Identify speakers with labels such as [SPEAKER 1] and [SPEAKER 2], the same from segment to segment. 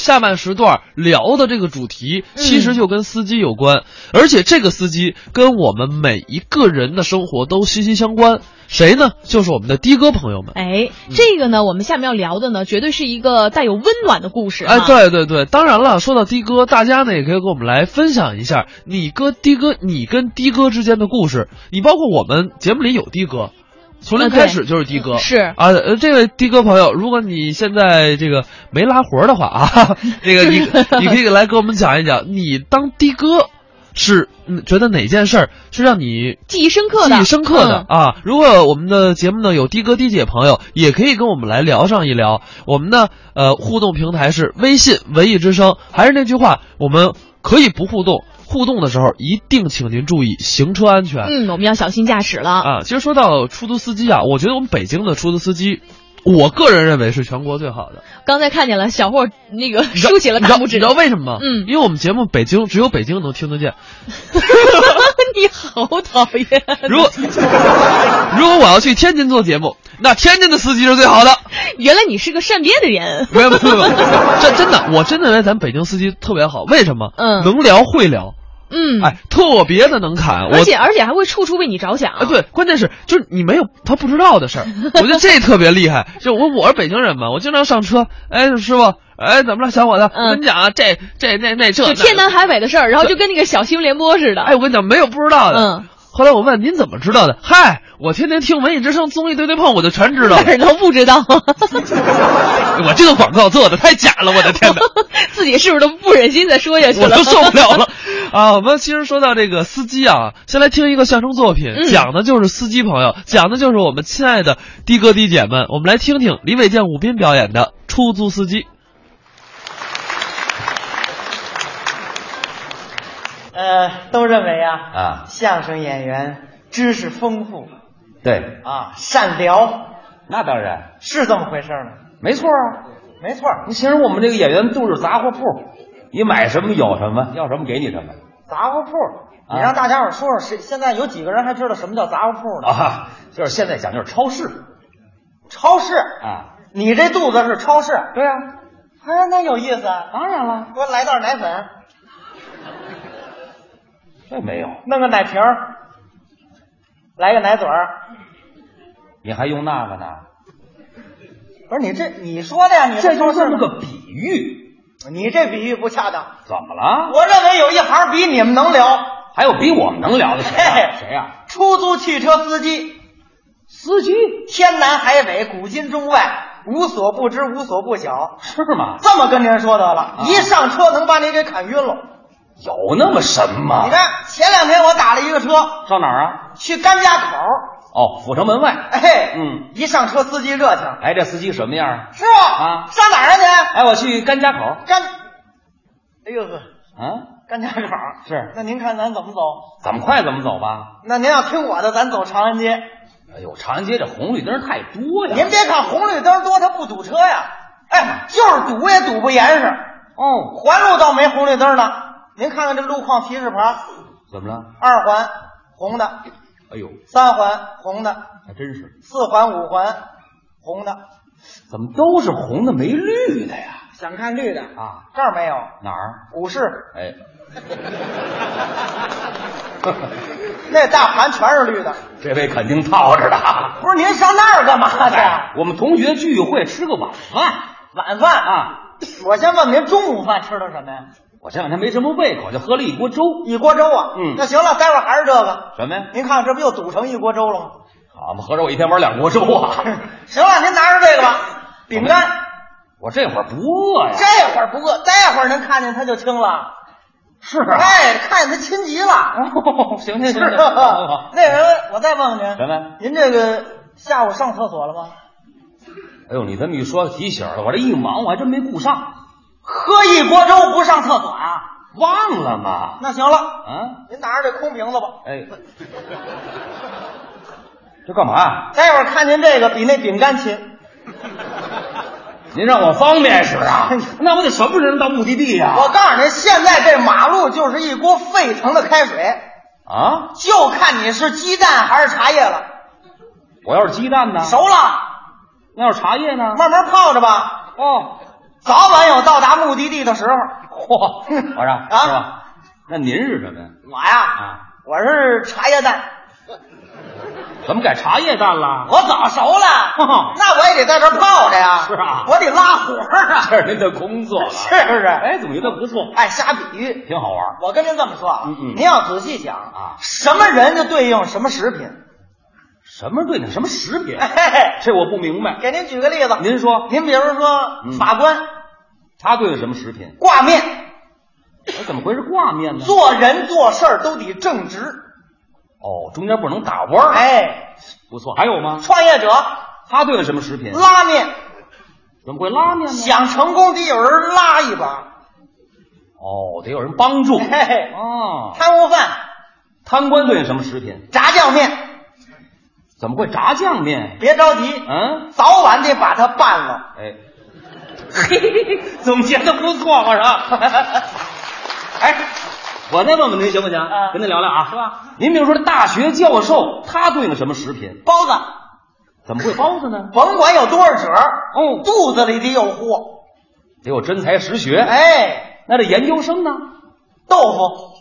[SPEAKER 1] 下半时段聊的这个主题，其实就跟司机有关，而且这个司机跟我们每一个人的生活都息息相关。谁呢？就是我们的的哥朋友们。
[SPEAKER 2] 哎，这个呢，我们下面要聊的呢，绝对是一个带有温暖的故事。啊
[SPEAKER 1] 哎，，对对对，当然了，说到的哥，大家呢也可以跟我们来分享一下你跟的哥，你跟的哥之间的故事。你包括我们节目里有的哥，从零
[SPEAKER 2] 啊对
[SPEAKER 1] 开始就是的哥。
[SPEAKER 2] 是
[SPEAKER 1] 啊，呃，这位的哥朋友，如果你现在这个没拉活儿的话啊， 那个你你可以来给我们讲一讲，你当的哥是嗯觉得哪件事儿是让你
[SPEAKER 2] 记忆深刻的，
[SPEAKER 1] 记忆深刻的、
[SPEAKER 2] 嗯
[SPEAKER 1] 啊！如果我们的节目呢有的哥的姐朋友，也可以跟我们来聊上一聊。我们呢，呃，互动平台是微信“文艺之声”。还是那句话，我们可以不互动，互动的时候一定请您注意行车安全。
[SPEAKER 2] 嗯，我们要小心驾驶了。
[SPEAKER 1] 啊，其实说到出租司机啊，我觉得我们北京的出租司机，我个人认为是全国最好的。
[SPEAKER 2] 刚才看见了，小霍那个
[SPEAKER 1] 你知道
[SPEAKER 2] 竖起了大拇指
[SPEAKER 1] 你知道你知道。为什么吗？
[SPEAKER 2] 嗯
[SPEAKER 1] 因为我们节目北京只有北京能听得见。
[SPEAKER 2] 你好讨厌！
[SPEAKER 1] 如果如果我要去天津做节目， 那天津的司机是最好的。
[SPEAKER 2] 原来你是个善变的人。
[SPEAKER 1] 没有没有没有， 这真的，我真的认为咱们北京司机特别好。为什么？
[SPEAKER 2] 嗯
[SPEAKER 1] 能聊会聊，
[SPEAKER 2] 嗯，
[SPEAKER 1] 哎，特别的能侃。我
[SPEAKER 2] 而且而且还会处处为你着想。
[SPEAKER 1] 啊，对，关键是就是你没有他不知道 的事儿，我觉得这特别厉害。就我我是北京人嘛，我经常上车，哎，师傅，哎，怎么了，小伙子？
[SPEAKER 2] 嗯
[SPEAKER 1] 我跟你讲啊，这这那那这
[SPEAKER 2] 就
[SPEAKER 1] 那
[SPEAKER 2] 天南海北的事儿，然后就跟那个小新闻联播似的。
[SPEAKER 1] 哎，我跟你讲，没有不知道的。
[SPEAKER 2] 嗯，
[SPEAKER 1] 后来我问您怎么知道的？嗨，我天天听文艺之声综艺对对碰，我就全知道
[SPEAKER 2] 哪
[SPEAKER 1] 了。
[SPEAKER 2] 儿都不知 道，
[SPEAKER 1] 我这个广告做的太假了，我的天哪！
[SPEAKER 2] 自己是不是都不忍心再说下去
[SPEAKER 1] 我
[SPEAKER 2] 了
[SPEAKER 1] 都？受不了了啊！我们其实说到这个司机啊，先来听一个相声作品，
[SPEAKER 2] 嗯
[SPEAKER 1] 讲的就是司机朋友，讲的就是我们亲爱的的哥的姐们。我们来听听李伟健、武斌表演的《出租司机》。
[SPEAKER 3] 呃，都认为啊，
[SPEAKER 4] 啊
[SPEAKER 3] 相声演员知识丰富
[SPEAKER 4] 对，
[SPEAKER 3] 啊，善聊，
[SPEAKER 4] 那当然，
[SPEAKER 3] 是这么回事吗？
[SPEAKER 4] 没错啊。
[SPEAKER 3] 没错儿，
[SPEAKER 4] 你形容我们这个演员都是杂货铺，你买什么有什么，要什么给你什么
[SPEAKER 3] 杂货铺，
[SPEAKER 4] 啊
[SPEAKER 3] 你让大家伙儿说说，谁现在有几个人还知道什么叫杂货铺呢？
[SPEAKER 4] 啊。就是现在讲究超市
[SPEAKER 3] 超市，
[SPEAKER 4] 啊，
[SPEAKER 3] 你这肚子是超市，
[SPEAKER 4] 对啊，
[SPEAKER 3] 哎，那有意思啊！
[SPEAKER 4] 当然了，
[SPEAKER 3] 给我来袋奶粉，
[SPEAKER 4] 这没有，
[SPEAKER 3] 弄个奶瓶儿，来个奶嘴儿。
[SPEAKER 4] 你还用那个呢？
[SPEAKER 3] 不是你这你说的呀？你
[SPEAKER 4] 这就
[SPEAKER 3] 超
[SPEAKER 4] 是
[SPEAKER 3] 市吗
[SPEAKER 4] 这么个比喻，
[SPEAKER 3] 你这比喻不恰当。
[SPEAKER 4] 怎么了？
[SPEAKER 3] 我认为有一行比你们能聊，
[SPEAKER 4] 还有比我们能聊的谁呀、
[SPEAKER 3] 嘿
[SPEAKER 4] 谁啊呀、
[SPEAKER 3] 出租汽车司机。
[SPEAKER 4] 司机
[SPEAKER 3] 天南海北，古今中外，无所不知，无所不晓。
[SPEAKER 4] 是吗？
[SPEAKER 3] 这么跟您说得了，
[SPEAKER 4] 啊
[SPEAKER 3] 一上车能把你给砍晕了。
[SPEAKER 4] 有那么神吗？
[SPEAKER 3] 你看，前两天我打了一个车
[SPEAKER 4] 上哪儿啊？
[SPEAKER 3] 去甘家口，
[SPEAKER 4] 哦，阜成门外。
[SPEAKER 3] 哎，
[SPEAKER 4] 嗯，
[SPEAKER 3] 一上车司机热情，
[SPEAKER 4] 哎，这司机什么样啊？
[SPEAKER 3] 师傅
[SPEAKER 4] 啊
[SPEAKER 3] 上哪儿啊你？
[SPEAKER 4] 哎，我去甘家口。
[SPEAKER 3] 甘，哎呦呵，
[SPEAKER 4] 啊，
[SPEAKER 3] 甘家口
[SPEAKER 4] 是
[SPEAKER 3] 那您看咱怎么走？
[SPEAKER 4] 怎么快怎么走吧。
[SPEAKER 3] 那您要听我的，咱走长安街。
[SPEAKER 4] 哎呦，长安街这红绿灯太多呀。
[SPEAKER 3] 您别看红绿灯多，它不堵车呀，哎，就是堵也堵不严实。
[SPEAKER 4] 哦，
[SPEAKER 3] 环路倒没红绿灯呢。您看看这路况提示牌，
[SPEAKER 4] 怎么了？
[SPEAKER 3] 二环红的，
[SPEAKER 4] 哎呦，
[SPEAKER 3] 三环红的，
[SPEAKER 4] 还真是，
[SPEAKER 3] 四环五环红的，
[SPEAKER 4] 怎么都是红的没绿的呀？
[SPEAKER 3] 想看绿的啊？
[SPEAKER 4] 啊，
[SPEAKER 3] 这儿没有，
[SPEAKER 4] 哪儿？
[SPEAKER 3] 股市
[SPEAKER 4] 哎，
[SPEAKER 3] 那大盘全是绿的。
[SPEAKER 4] 这位肯定套着的。
[SPEAKER 3] 不是您上那儿干嘛去？啊
[SPEAKER 4] 哎，我们同学聚会吃个晚饭
[SPEAKER 3] 晚饭？
[SPEAKER 4] 啊，嗯
[SPEAKER 3] 我先问您中午饭吃的什么呀？
[SPEAKER 4] 我前两天没什么胃口，就喝了一锅粥。
[SPEAKER 3] 一锅粥啊。
[SPEAKER 4] 嗯
[SPEAKER 3] 那行了，待会儿还是这个。
[SPEAKER 4] 什么呀？
[SPEAKER 3] 您看这不又堵成一锅粥了吗？
[SPEAKER 4] 好嘛，合着我一天玩两锅粥啊！
[SPEAKER 3] 行了，您拿着这个吧，饼干。
[SPEAKER 4] 我这会儿不饿呀。
[SPEAKER 3] 这会儿不饿，待会儿您看见它就清了。
[SPEAKER 4] 是啊。
[SPEAKER 3] 哎，看见它亲急了。
[SPEAKER 4] 哦行行行
[SPEAKER 3] 是
[SPEAKER 4] 行，好好
[SPEAKER 3] 那人，我再问问您，
[SPEAKER 4] 什么
[SPEAKER 3] 您这个下午上厕所了吗？
[SPEAKER 4] 哎呦，你这么一说提醒了，我这一忙我还真没顾上，
[SPEAKER 3] 喝一锅粥不上厕所啊？
[SPEAKER 4] 忘了嘛。
[SPEAKER 3] 那行了，
[SPEAKER 4] 啊，
[SPEAKER 3] 您拿着这空瓶子吧。
[SPEAKER 4] 哎，这干嘛？
[SPEAKER 3] 待会儿看您这个比那饼干勤。
[SPEAKER 4] 您让我方便 使啊？那我得什么人到目的地啊呀、
[SPEAKER 3] 我告诉您，现在这马路就是一锅沸腾的开水，
[SPEAKER 4] 啊，
[SPEAKER 3] 就看你是鸡蛋还是茶叶了。
[SPEAKER 4] 我要是鸡蛋呢？
[SPEAKER 3] 熟了，
[SPEAKER 4] 那要是茶叶呢？
[SPEAKER 3] 慢慢泡着吧。
[SPEAKER 4] 哦，
[SPEAKER 3] 早晚有到达目的地的时候。
[SPEAKER 4] 嚯，我说
[SPEAKER 3] 啊
[SPEAKER 4] 是吧？那您是什么呀？
[SPEAKER 3] 我呀，
[SPEAKER 4] 啊
[SPEAKER 3] 我是茶叶蛋，
[SPEAKER 4] 怎么改茶叶蛋了？
[SPEAKER 3] 我早熟了，
[SPEAKER 4] 哦
[SPEAKER 3] 那我也得在这儿泡着呀。
[SPEAKER 4] 是啊
[SPEAKER 3] 我得拉活儿啊。
[SPEAKER 4] 这是您的工作了，
[SPEAKER 3] 是不是
[SPEAKER 4] 哎，总觉得不错，
[SPEAKER 3] 爱瞎比喻。
[SPEAKER 4] 挺好玩儿。
[SPEAKER 3] 我跟您这么说啊，
[SPEAKER 4] 嗯嗯
[SPEAKER 3] 您要仔细想
[SPEAKER 4] 啊
[SPEAKER 3] 什么人就对应什么食品。
[SPEAKER 4] 什么对呢？什么食品？
[SPEAKER 3] 嘿嘿
[SPEAKER 4] 这我不明白。
[SPEAKER 3] 给您举个例子，
[SPEAKER 4] 您说
[SPEAKER 3] 您比如说、
[SPEAKER 4] 嗯
[SPEAKER 3] 法官
[SPEAKER 4] 他对的什么食品？
[SPEAKER 3] 挂面，
[SPEAKER 4] 哎怎么会是挂面呢？
[SPEAKER 3] 做人做事儿都得正直。
[SPEAKER 4] 哦，中间不能打弯儿。，
[SPEAKER 3] 哎，
[SPEAKER 4] 不错。还有吗？
[SPEAKER 3] 创业者
[SPEAKER 4] 他对的什么食品？
[SPEAKER 3] 拉面，
[SPEAKER 4] 怎么会拉面呢？
[SPEAKER 3] 想成功得有人拉一把。
[SPEAKER 4] 哦，得有人帮助。
[SPEAKER 3] 嘿嘿
[SPEAKER 4] 哦，
[SPEAKER 3] 贪污犯
[SPEAKER 4] 贪官对的什么食品？
[SPEAKER 3] 炸酱面，
[SPEAKER 4] 怎么会炸酱面？
[SPEAKER 3] 别着急，
[SPEAKER 4] 嗯，
[SPEAKER 3] 早晚得把它办了。
[SPEAKER 4] 哎，嘿，总结的不错， 我说。哎，我再问问您行不行？
[SPEAKER 3] 啊
[SPEAKER 4] 跟您聊聊啊，
[SPEAKER 3] 是吧？
[SPEAKER 4] 您比如说这大学教授，他对应什么食品？
[SPEAKER 3] 包子，
[SPEAKER 4] 怎么会包子呢？
[SPEAKER 3] 甭管有多少褶儿，
[SPEAKER 4] 哦
[SPEAKER 3] 肚子里得有货。
[SPEAKER 4] 得有真才实学。，
[SPEAKER 3] 哎，
[SPEAKER 4] 那这研究生呢？
[SPEAKER 3] 豆腐，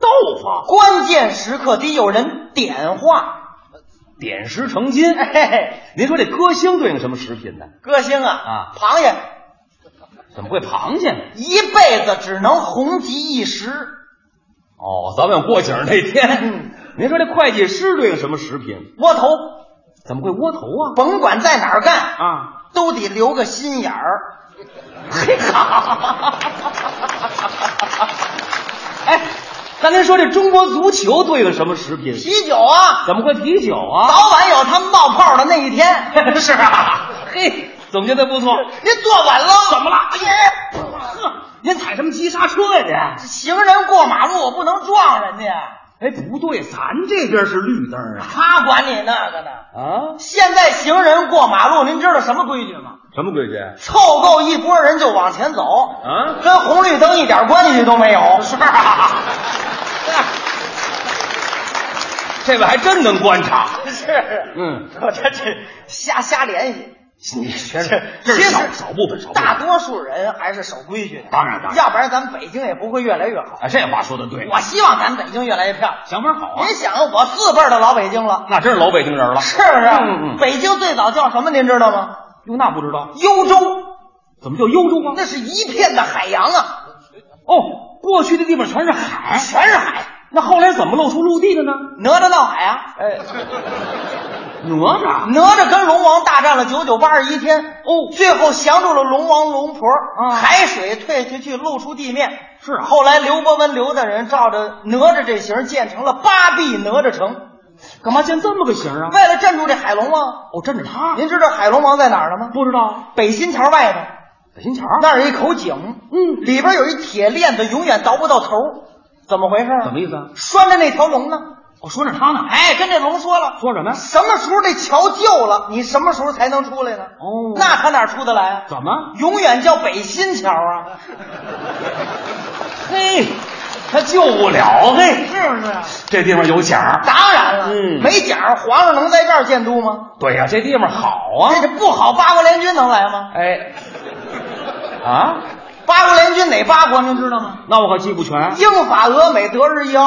[SPEAKER 4] 豆腐
[SPEAKER 3] 关键时刻得有人点化。
[SPEAKER 4] 点石成金。
[SPEAKER 3] 嘿嘿，
[SPEAKER 4] 您说这歌星对应什么食品呢？
[SPEAKER 3] 歌星啊，
[SPEAKER 4] 啊
[SPEAKER 3] 螃蟹
[SPEAKER 4] 怎么会螃蟹呢？
[SPEAKER 3] 一辈子只能红极一时。
[SPEAKER 4] 哦，早晚过景儿那天。您说这会计师对应什么食品？
[SPEAKER 3] 嗯窝头，
[SPEAKER 4] 怎么会窝头啊？
[SPEAKER 3] 甭管在哪儿干，
[SPEAKER 4] 啊，
[SPEAKER 3] 都得留个心眼 儿。
[SPEAKER 4] 嘿哈！哎，那您说这中国足球对应什么食品？
[SPEAKER 3] 啤酒啊，
[SPEAKER 4] 怎么会啤酒啊？
[SPEAKER 3] 早晚有他们冒泡的那一天。
[SPEAKER 4] 是啊，嘿，总结的不错。
[SPEAKER 3] 您坐稳了，
[SPEAKER 4] 怎么了
[SPEAKER 3] 哎呀
[SPEAKER 4] 呵，您踩什么急刹车呀、
[SPEAKER 3] 行人过马路，我不能撞人家呀，
[SPEAKER 4] 您？哎，不对，咱这边是绿灯啊！
[SPEAKER 3] 他管你那个呢。
[SPEAKER 4] 啊，
[SPEAKER 3] 现在行人过马路，您知道什么规矩吗？
[SPEAKER 4] 什么规矩？
[SPEAKER 3] 凑够一波人就往前走，
[SPEAKER 4] 啊，
[SPEAKER 3] 跟红绿灯一点关系都没有。
[SPEAKER 4] 是啊，这位还真能观察。
[SPEAKER 3] 是，
[SPEAKER 4] 嗯，
[SPEAKER 3] 我这这瞎瞎联系。
[SPEAKER 4] 你学
[SPEAKER 3] 这
[SPEAKER 4] 这
[SPEAKER 3] 是
[SPEAKER 4] 少少部分，少部分
[SPEAKER 3] 大多数人还是守规矩的，
[SPEAKER 4] 当然当然
[SPEAKER 3] 要不然咱们北京也不会越来越好。
[SPEAKER 4] 哎，这话说的对，
[SPEAKER 3] 我希望咱们北京越来越漂亮。
[SPEAKER 4] 想法好啊
[SPEAKER 3] 您，想，我四辈儿的老北京了，
[SPEAKER 4] 那真是老北京人了。
[SPEAKER 3] 是不是？
[SPEAKER 4] 嗯嗯
[SPEAKER 3] 北京最早叫什么？您知道吗？
[SPEAKER 4] 哟，那不知道，
[SPEAKER 3] 幽州，
[SPEAKER 4] 怎么叫幽州啊？
[SPEAKER 3] 那是一片的海洋啊，
[SPEAKER 4] 哦，过去的地方全是海，
[SPEAKER 3] 全是海，
[SPEAKER 4] 那后来怎么露出陆地的呢？
[SPEAKER 3] 哪吒闹海啊。
[SPEAKER 4] 哎，哪吒
[SPEAKER 3] 哪吒跟龙王大战了九九八十一天，哦，最后降住了龙王龙婆，
[SPEAKER 4] 啊
[SPEAKER 3] 海水退去去露出地面。
[SPEAKER 4] 是啊
[SPEAKER 3] 后来刘伯温刘大人照着哪吒这形建成了八臂哪吒城，
[SPEAKER 4] 干嘛建这么个形啊？
[SPEAKER 3] 为了镇住这海龙王。
[SPEAKER 4] 哦，镇着他，
[SPEAKER 3] 您知道海龙王在哪儿了吗？
[SPEAKER 4] 不知道。
[SPEAKER 3] 北新桥外头，
[SPEAKER 4] 北新桥
[SPEAKER 3] 那儿有一口井，
[SPEAKER 4] 嗯
[SPEAKER 3] 里边有一铁链子，永远倒不到头，怎么回事？
[SPEAKER 4] 怎么？意思啊？哦
[SPEAKER 3] 拴着那条龙呢？
[SPEAKER 4] 我说那他呢？
[SPEAKER 3] 哎，跟这龙说了，
[SPEAKER 4] 说什么？
[SPEAKER 3] 什么时候这桥旧了，你什么时候才能出来呢？
[SPEAKER 4] 哦
[SPEAKER 3] 那他哪儿出得来啊？
[SPEAKER 4] 怎么？
[SPEAKER 3] 永远叫北新桥啊，
[SPEAKER 4] 嘿，他救不了嘿，
[SPEAKER 3] 是不是？啊
[SPEAKER 4] 这地方有景儿。
[SPEAKER 3] 当然了，
[SPEAKER 4] 嗯
[SPEAKER 3] 没景儿，皇上能在这儿建都吗？
[SPEAKER 4] 对呀、这地方好啊。
[SPEAKER 3] 这这不好，八国联军能来吗？
[SPEAKER 4] 哎，啊，
[SPEAKER 3] 八国联军哪八国您知道吗？
[SPEAKER 4] 那我可记不全。哦，
[SPEAKER 3] 英法俄美德日英，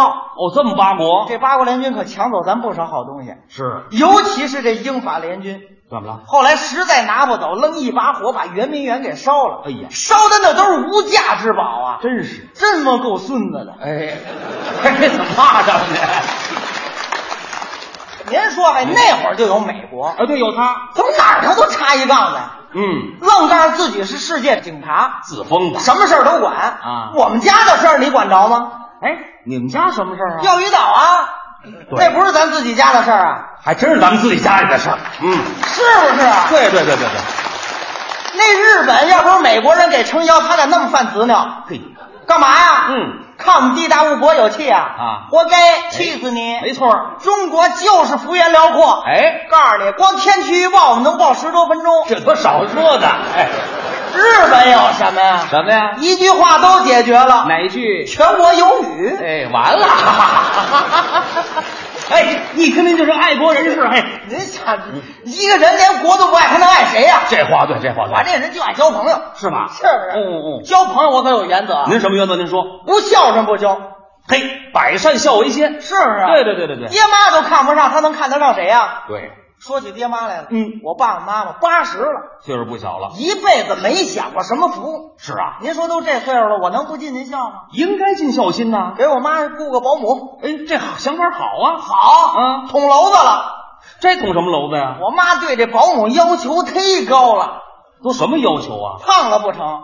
[SPEAKER 4] 这么八国
[SPEAKER 3] 这八国联军可抢走咱不少好东西，
[SPEAKER 4] 是
[SPEAKER 3] 尤其是这英法联军，
[SPEAKER 4] 怎么了？
[SPEAKER 3] 后来实在拿不走，扔一把火把圆明园给烧了。
[SPEAKER 4] 哎呀
[SPEAKER 3] 烧的那都是无价之宝啊！
[SPEAKER 4] 真是
[SPEAKER 3] 这么够孙子的，
[SPEAKER 4] 哎， 这怎么骂上的？
[SPEAKER 3] 您说呗，那会儿就有美国，
[SPEAKER 4] 啊，对，有他。
[SPEAKER 3] 从哪儿他都插一杠子。
[SPEAKER 4] 嗯，
[SPEAKER 3] 愣告诉自己是世界警察，
[SPEAKER 4] 自封的。
[SPEAKER 3] 什么事儿都管
[SPEAKER 4] 嗯啊
[SPEAKER 3] 我们家的事儿你管着吗？
[SPEAKER 4] 哎，你们家什么事儿啊？
[SPEAKER 3] 钓鱼岛啊，那不是咱自己家的事儿啊，
[SPEAKER 4] 还真是咱们自己家里的事儿。嗯，
[SPEAKER 3] 是不是啊？
[SPEAKER 4] 对对对对对。
[SPEAKER 3] 那日本要不是美国人给撑腰，他咋那么犯子呢？
[SPEAKER 4] 嘿，
[SPEAKER 3] 干嘛呀？
[SPEAKER 4] 嗯，
[SPEAKER 3] 看我们地大物博有气啊！
[SPEAKER 4] 啊
[SPEAKER 3] 活该，气死你！
[SPEAKER 4] 没错儿。
[SPEAKER 3] 中国就是幅员辽阔。，
[SPEAKER 4] 哎，
[SPEAKER 3] 告诉你，光天气预报我们能报十多分钟，
[SPEAKER 4] 这都少说的。哎，
[SPEAKER 3] 日本有什么呀？
[SPEAKER 4] 什么呀？
[SPEAKER 3] 一句话都解决了，
[SPEAKER 4] 哪一 句？
[SPEAKER 3] 全国有雨。
[SPEAKER 4] 哎，完了，哎，一听您就是爱国人士，哎，
[SPEAKER 3] 您想，一个人连国都不爱，还能爱谁呀、
[SPEAKER 4] 这话对，这话
[SPEAKER 3] 我
[SPEAKER 4] 对，
[SPEAKER 3] 这人就爱交朋友，
[SPEAKER 4] 是吧？
[SPEAKER 3] 是不是？
[SPEAKER 4] 嗯嗯嗯
[SPEAKER 3] 啊交朋友我可有原则啊，
[SPEAKER 4] 您什么原则？您说，
[SPEAKER 3] 不孝顺不交，
[SPEAKER 4] 嘿，百善孝为先，
[SPEAKER 3] 是不啊是？
[SPEAKER 4] 对对对对对
[SPEAKER 3] 爹妈都看不上，他能看得上谁呀、
[SPEAKER 4] 对，
[SPEAKER 3] 说起爹妈来了，
[SPEAKER 4] 啊嗯
[SPEAKER 3] 我爸爸妈妈八十了，
[SPEAKER 4] 岁数不小了，
[SPEAKER 3] 一辈子没享过什么福。
[SPEAKER 4] 是啊，
[SPEAKER 3] 您说都这岁数了，我能不尽尽孝吗？
[SPEAKER 4] 应该尽孝心呐。
[SPEAKER 3] 给我妈雇个保姆，
[SPEAKER 4] 哎，这好想法好啊，
[SPEAKER 3] 好，
[SPEAKER 4] 啊
[SPEAKER 3] 捅娄子了。
[SPEAKER 4] 这捅什么娄子呀？
[SPEAKER 3] 我妈对这保姆要求忒高了，
[SPEAKER 4] 都什么要求啊？
[SPEAKER 3] 胖了不成，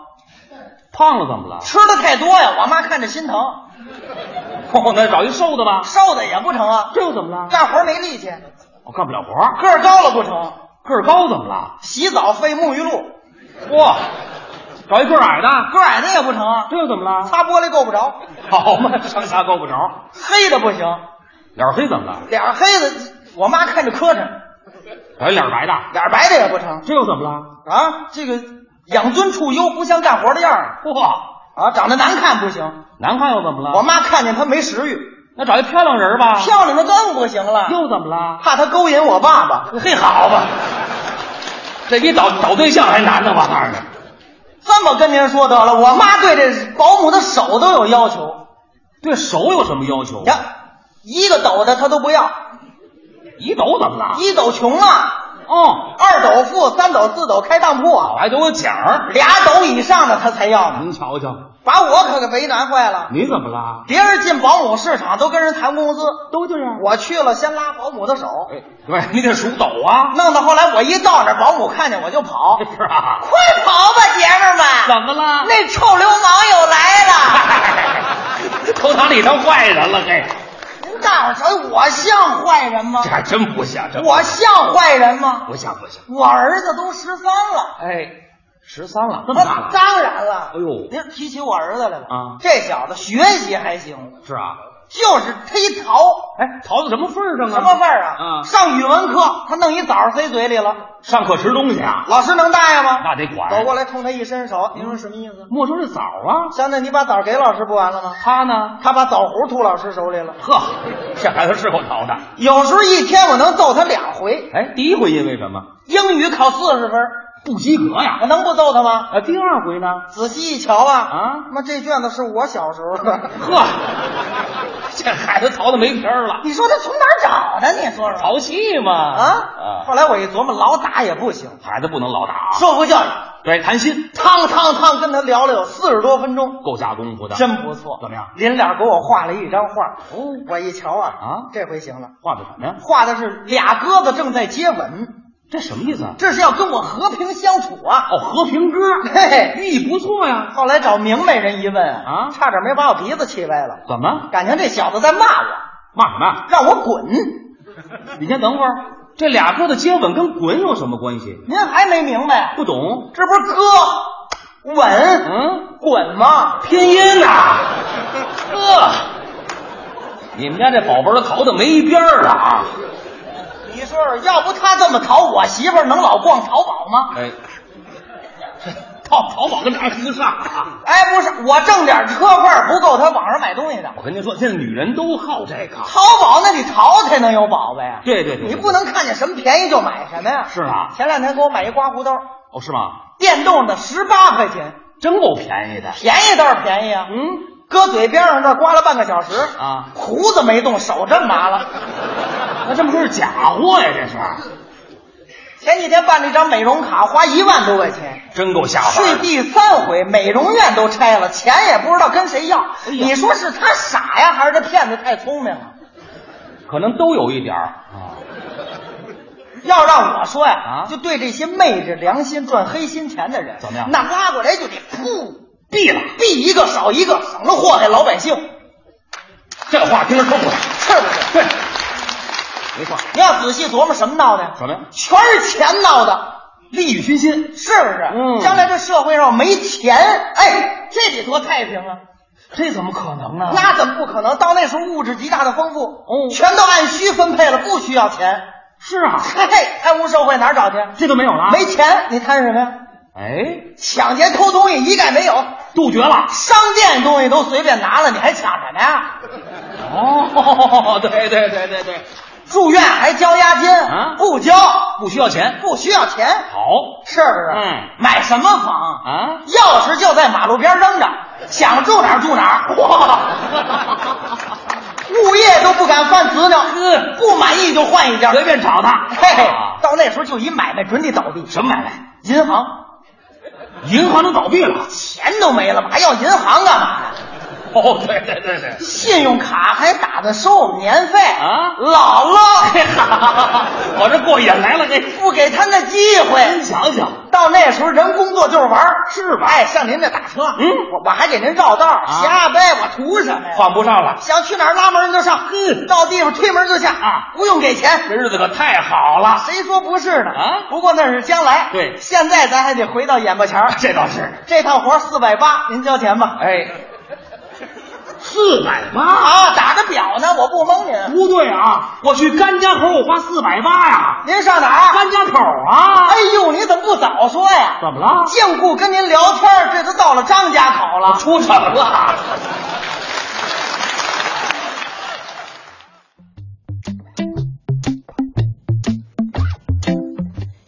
[SPEAKER 4] 胖了怎么了？
[SPEAKER 3] 吃的太多 呀，我妈看着心疼，
[SPEAKER 4] 哦，那找一瘦的吧。
[SPEAKER 3] 瘦的也不成啊，
[SPEAKER 4] 这又怎么了？
[SPEAKER 3] 干活没力气，
[SPEAKER 4] 我干不了活儿，
[SPEAKER 3] 个儿高了不成，
[SPEAKER 4] 个儿高怎么了？
[SPEAKER 3] 洗澡费沐浴露，
[SPEAKER 4] 哇，找一个儿矮的，
[SPEAKER 3] 个儿矮的也不成啊，
[SPEAKER 4] 这又怎么了？
[SPEAKER 3] 擦玻璃够不着，
[SPEAKER 4] 好嘛，上下够不着，
[SPEAKER 3] 黑的不行，
[SPEAKER 4] 脸儿黑怎么了？
[SPEAKER 3] 脸儿黑的，我妈看着磕碜，
[SPEAKER 4] 找哎一脸儿白的，
[SPEAKER 3] 脸儿白的也不成
[SPEAKER 4] 这又怎么了？
[SPEAKER 3] 啊，这个养尊处优，不像干活的样儿
[SPEAKER 4] 哇，
[SPEAKER 3] 啊，长得难看不行，
[SPEAKER 4] 难看又怎么了？
[SPEAKER 3] 我妈看见她没食欲。
[SPEAKER 4] 那找一漂亮人儿吧，
[SPEAKER 3] 漂亮的更不行了，
[SPEAKER 4] 又怎么了？
[SPEAKER 3] 怕他勾引我爸爸，
[SPEAKER 4] 嘿，好吧，这比找找对象还难呢，我告诉你。
[SPEAKER 3] 这么跟您说得了。我妈对这保姆的手都有要求，
[SPEAKER 4] 对手有什么要求？啊
[SPEAKER 3] 呀，一个斗的她都不要，
[SPEAKER 4] 一抖怎么了？
[SPEAKER 3] 一斗穷啊，
[SPEAKER 4] 哦，
[SPEAKER 3] 二斗富，三斗四斗开当铺
[SPEAKER 4] 我
[SPEAKER 3] 啊，
[SPEAKER 4] 还都有奖儿。
[SPEAKER 3] 俩斗以上的她才要呢，
[SPEAKER 4] 您瞧啊瞧，
[SPEAKER 3] 把我可给为难坏了。
[SPEAKER 4] 你怎么了？
[SPEAKER 3] 别人进保姆市场都跟人谈工资，
[SPEAKER 4] 都这样。
[SPEAKER 3] 我去了先拉保姆的手，
[SPEAKER 4] 哎，对，你得数抖啊。
[SPEAKER 3] 弄到后来我一到那儿，保姆看见我就跑，
[SPEAKER 4] 是啊。
[SPEAKER 3] 快跑吧，姐们儿们，
[SPEAKER 4] 么了
[SPEAKER 3] 那臭流氓又来了。
[SPEAKER 4] 头堂里成坏人了，嘿，
[SPEAKER 3] 您大伙儿瞧，我像坏人吗
[SPEAKER 4] 这？还真不像，真不
[SPEAKER 3] 我像坏人吗？
[SPEAKER 4] 不像不像。
[SPEAKER 3] 我儿子都十三了，
[SPEAKER 4] 哎，十三了，这么大
[SPEAKER 3] 那
[SPEAKER 4] 了？
[SPEAKER 3] 当然了。
[SPEAKER 4] 哎呦
[SPEAKER 3] 您提起我儿子来了
[SPEAKER 4] 啊
[SPEAKER 3] 这小子学习还行，
[SPEAKER 4] 是啊。
[SPEAKER 3] 就是忒淘。
[SPEAKER 4] 哎，淘到什么份儿上啊？
[SPEAKER 3] 什么份儿啊？
[SPEAKER 4] 啊，
[SPEAKER 3] 上语文课，他弄一枣儿塞嘴里了，
[SPEAKER 4] 上课吃东西啊，
[SPEAKER 3] 老师能答应吗？
[SPEAKER 4] 那得管。
[SPEAKER 3] 走过来冲他一伸手，您说什么意思？
[SPEAKER 4] 没收这枣啊。
[SPEAKER 3] 现在你把枣儿给老师不完了吗？
[SPEAKER 4] 他呢？
[SPEAKER 3] 他把枣核吐老师手里了。
[SPEAKER 4] 呵，这孩子是够淘的。
[SPEAKER 3] 有时候一天我能揍他两回，
[SPEAKER 4] 哎，第一回因为什么？
[SPEAKER 3] 英语考四十分，
[SPEAKER 4] 不及格
[SPEAKER 3] 我
[SPEAKER 4] 呀。
[SPEAKER 3] 能不揍他吗？
[SPEAKER 4] 啊，第二回呢？
[SPEAKER 3] 仔细一瞧啊，
[SPEAKER 4] 啊
[SPEAKER 3] 妈，这卷子是我小时候 的。
[SPEAKER 4] 呵，这孩子淘的没皮儿了，
[SPEAKER 3] 你说他从哪儿找的？你说说
[SPEAKER 4] 淘气嘛。
[SPEAKER 3] 啊！后
[SPEAKER 4] 啊，
[SPEAKER 3] 来我一琢磨，老打也不行，
[SPEAKER 4] 孩子不能老打啊。
[SPEAKER 3] 受过教育，
[SPEAKER 4] 对，谈心
[SPEAKER 3] 汤汤汤跟他聊了有四十多分钟，
[SPEAKER 4] 够下功夫的，
[SPEAKER 3] 真不错。
[SPEAKER 4] 怎么样？
[SPEAKER 3] 临了给我画了一张画，哦，我一瞧啊，
[SPEAKER 4] 啊
[SPEAKER 3] 这回行了，
[SPEAKER 4] 画的什么呀？
[SPEAKER 3] 画的是俩哥哥正在接吻，
[SPEAKER 4] 这什么意思啊？
[SPEAKER 3] 这是要跟我和平相处啊。
[SPEAKER 4] 哦，和平鸽，
[SPEAKER 3] 嘿嘿，
[SPEAKER 4] 寓意不错呀。
[SPEAKER 3] 后来找明白人一问
[SPEAKER 4] 啊
[SPEAKER 3] 差点没把我鼻子气歪了，
[SPEAKER 4] 怎么
[SPEAKER 3] 感情这小子在骂我，
[SPEAKER 4] 骂什么呀？
[SPEAKER 3] 让我滚。
[SPEAKER 4] 你先等会儿，这俩哥的接吻跟滚有什么关系？
[SPEAKER 3] 您还没明白？
[SPEAKER 4] 不懂？
[SPEAKER 3] 这不是哥吻
[SPEAKER 4] 嗯，
[SPEAKER 3] 滚吗？
[SPEAKER 4] 拼音呐、 呵，你们家这宝贝儿淘的没边儿了啊！
[SPEAKER 3] 你说说，要不他这么淘，我媳妇儿能老逛淘宝吗？
[SPEAKER 4] 哎，淘淘宝跟哪儿跟得上啊？
[SPEAKER 3] 哎，不是，我挣点车份儿不够他网上买东西的，
[SPEAKER 4] 我跟您说，现在女人都好这个。
[SPEAKER 3] 淘宝那得淘才能有宝贝呀。
[SPEAKER 4] 对对对，
[SPEAKER 3] 你不能看见什么便宜就买什么呀。
[SPEAKER 4] 是啊？
[SPEAKER 3] 前两天给我买一刮胡刀，
[SPEAKER 4] 哦，是吗？
[SPEAKER 3] 电动的，十八块钱，
[SPEAKER 4] 真够便宜的。
[SPEAKER 3] 便宜倒是便宜啊。
[SPEAKER 4] 嗯，
[SPEAKER 3] 搁嘴边上这儿刮了半个小时
[SPEAKER 4] 啊
[SPEAKER 3] 胡子没动，手真麻了。
[SPEAKER 4] 那这么说是假货呀？这是，
[SPEAKER 3] 前几天办了一张美容卡，花一万多块钱。
[SPEAKER 4] 真够下
[SPEAKER 3] 睡
[SPEAKER 4] 饭的。
[SPEAKER 3] 第三回，美容院都拆了，钱也不知道跟谁要。
[SPEAKER 4] 哎
[SPEAKER 3] 你说是他傻呀，还是这骗子太聪明了？
[SPEAKER 4] 可能都有一点儿啊。
[SPEAKER 3] 要让我说呀，
[SPEAKER 4] 啊
[SPEAKER 3] 就对这些昧着良心赚黑心钱的人，
[SPEAKER 4] 怎么样
[SPEAKER 3] 那拉过来就得噗
[SPEAKER 4] 毙了，
[SPEAKER 3] 毙一个少一个，省得祸害老百姓，
[SPEAKER 4] 这话听着痛快。
[SPEAKER 3] 是不是？
[SPEAKER 4] 对，没错。
[SPEAKER 3] 你要仔细琢磨什么闹的呀？
[SPEAKER 4] 怎么样？
[SPEAKER 3] 全是钱闹的，利欲熏心，是不是？
[SPEAKER 4] 嗯
[SPEAKER 3] 将来这社会上没钱，哎，这得多太平啊！
[SPEAKER 4] 这怎么可能呢
[SPEAKER 3] 那怎么不可能？到那时候物质极大的丰富，
[SPEAKER 4] 哦
[SPEAKER 3] 全都按需分配了，不需要钱。
[SPEAKER 4] 是啊，
[SPEAKER 3] 嘿嘿，贪污受贿哪儿找去？
[SPEAKER 4] 这都没有了。
[SPEAKER 3] 没钱，你贪什么呀？
[SPEAKER 4] 哎，
[SPEAKER 3] 抢劫偷东西一概没有。杜绝了。
[SPEAKER 4] 商店东西都随便拿了，你还抢什么呀？
[SPEAKER 3] 哦，对对对对对，
[SPEAKER 4] 住院还交押金
[SPEAKER 3] 啊
[SPEAKER 4] 不交，
[SPEAKER 3] 不需要钱。
[SPEAKER 4] 不需要钱，
[SPEAKER 3] 好
[SPEAKER 4] 是不是？
[SPEAKER 3] 嗯
[SPEAKER 4] 买什么房？
[SPEAKER 3] 啊，
[SPEAKER 4] 钥匙就在马路边扔着，想住哪儿住哪儿。哇，物业都不敢犯执拗，
[SPEAKER 3] 嗯
[SPEAKER 4] 不满意就换一家。
[SPEAKER 3] 随便找他。
[SPEAKER 4] 嘿
[SPEAKER 3] 啊，
[SPEAKER 4] 到那时候就一买卖准得倒闭。
[SPEAKER 3] 什么买卖？
[SPEAKER 4] 银行
[SPEAKER 3] 银行都倒闭了。
[SPEAKER 4] 钱都没了，还要银行干嘛呀？
[SPEAKER 3] 哦，对对对对，
[SPEAKER 4] 信用卡还打算收我们年费
[SPEAKER 3] 啊
[SPEAKER 4] 姥姥，
[SPEAKER 3] 我这过瘾来了，这
[SPEAKER 4] 不给他那机
[SPEAKER 3] 您
[SPEAKER 4] 会。
[SPEAKER 3] 瞧瞧，
[SPEAKER 4] 到那时候人工作就是玩儿
[SPEAKER 3] 是吧
[SPEAKER 4] 哎，上您这打车，
[SPEAKER 3] 嗯
[SPEAKER 4] 我我还给您绕道儿，
[SPEAKER 3] 啊
[SPEAKER 4] 瞎掰，我图什么呀？
[SPEAKER 3] 换不上了，
[SPEAKER 4] 想去哪儿拉门就上，
[SPEAKER 3] 嗯
[SPEAKER 4] 到地方推门就下
[SPEAKER 3] 啊
[SPEAKER 4] 不用给
[SPEAKER 3] 这
[SPEAKER 4] 钱。
[SPEAKER 3] 日子可太好了。
[SPEAKER 4] 谁说不是呢？
[SPEAKER 3] 啊
[SPEAKER 4] 不过那是将来，
[SPEAKER 3] 对
[SPEAKER 4] 现在咱还得回到眼巴前儿。
[SPEAKER 3] 这倒是，
[SPEAKER 4] 这套活四百八，您交钱吧。
[SPEAKER 3] 哎，四百八，
[SPEAKER 4] 啊，打着表呢，我不蒙您。
[SPEAKER 3] 不对啊！我去甘家口，我花四百八呀，
[SPEAKER 4] 您上哪儿？
[SPEAKER 3] 甘家口啊！
[SPEAKER 4] 哎呦，你怎么不早说呀？
[SPEAKER 3] 怎么了？
[SPEAKER 4] 净顾跟您聊天儿，这都到了张家口了。
[SPEAKER 3] 出城了。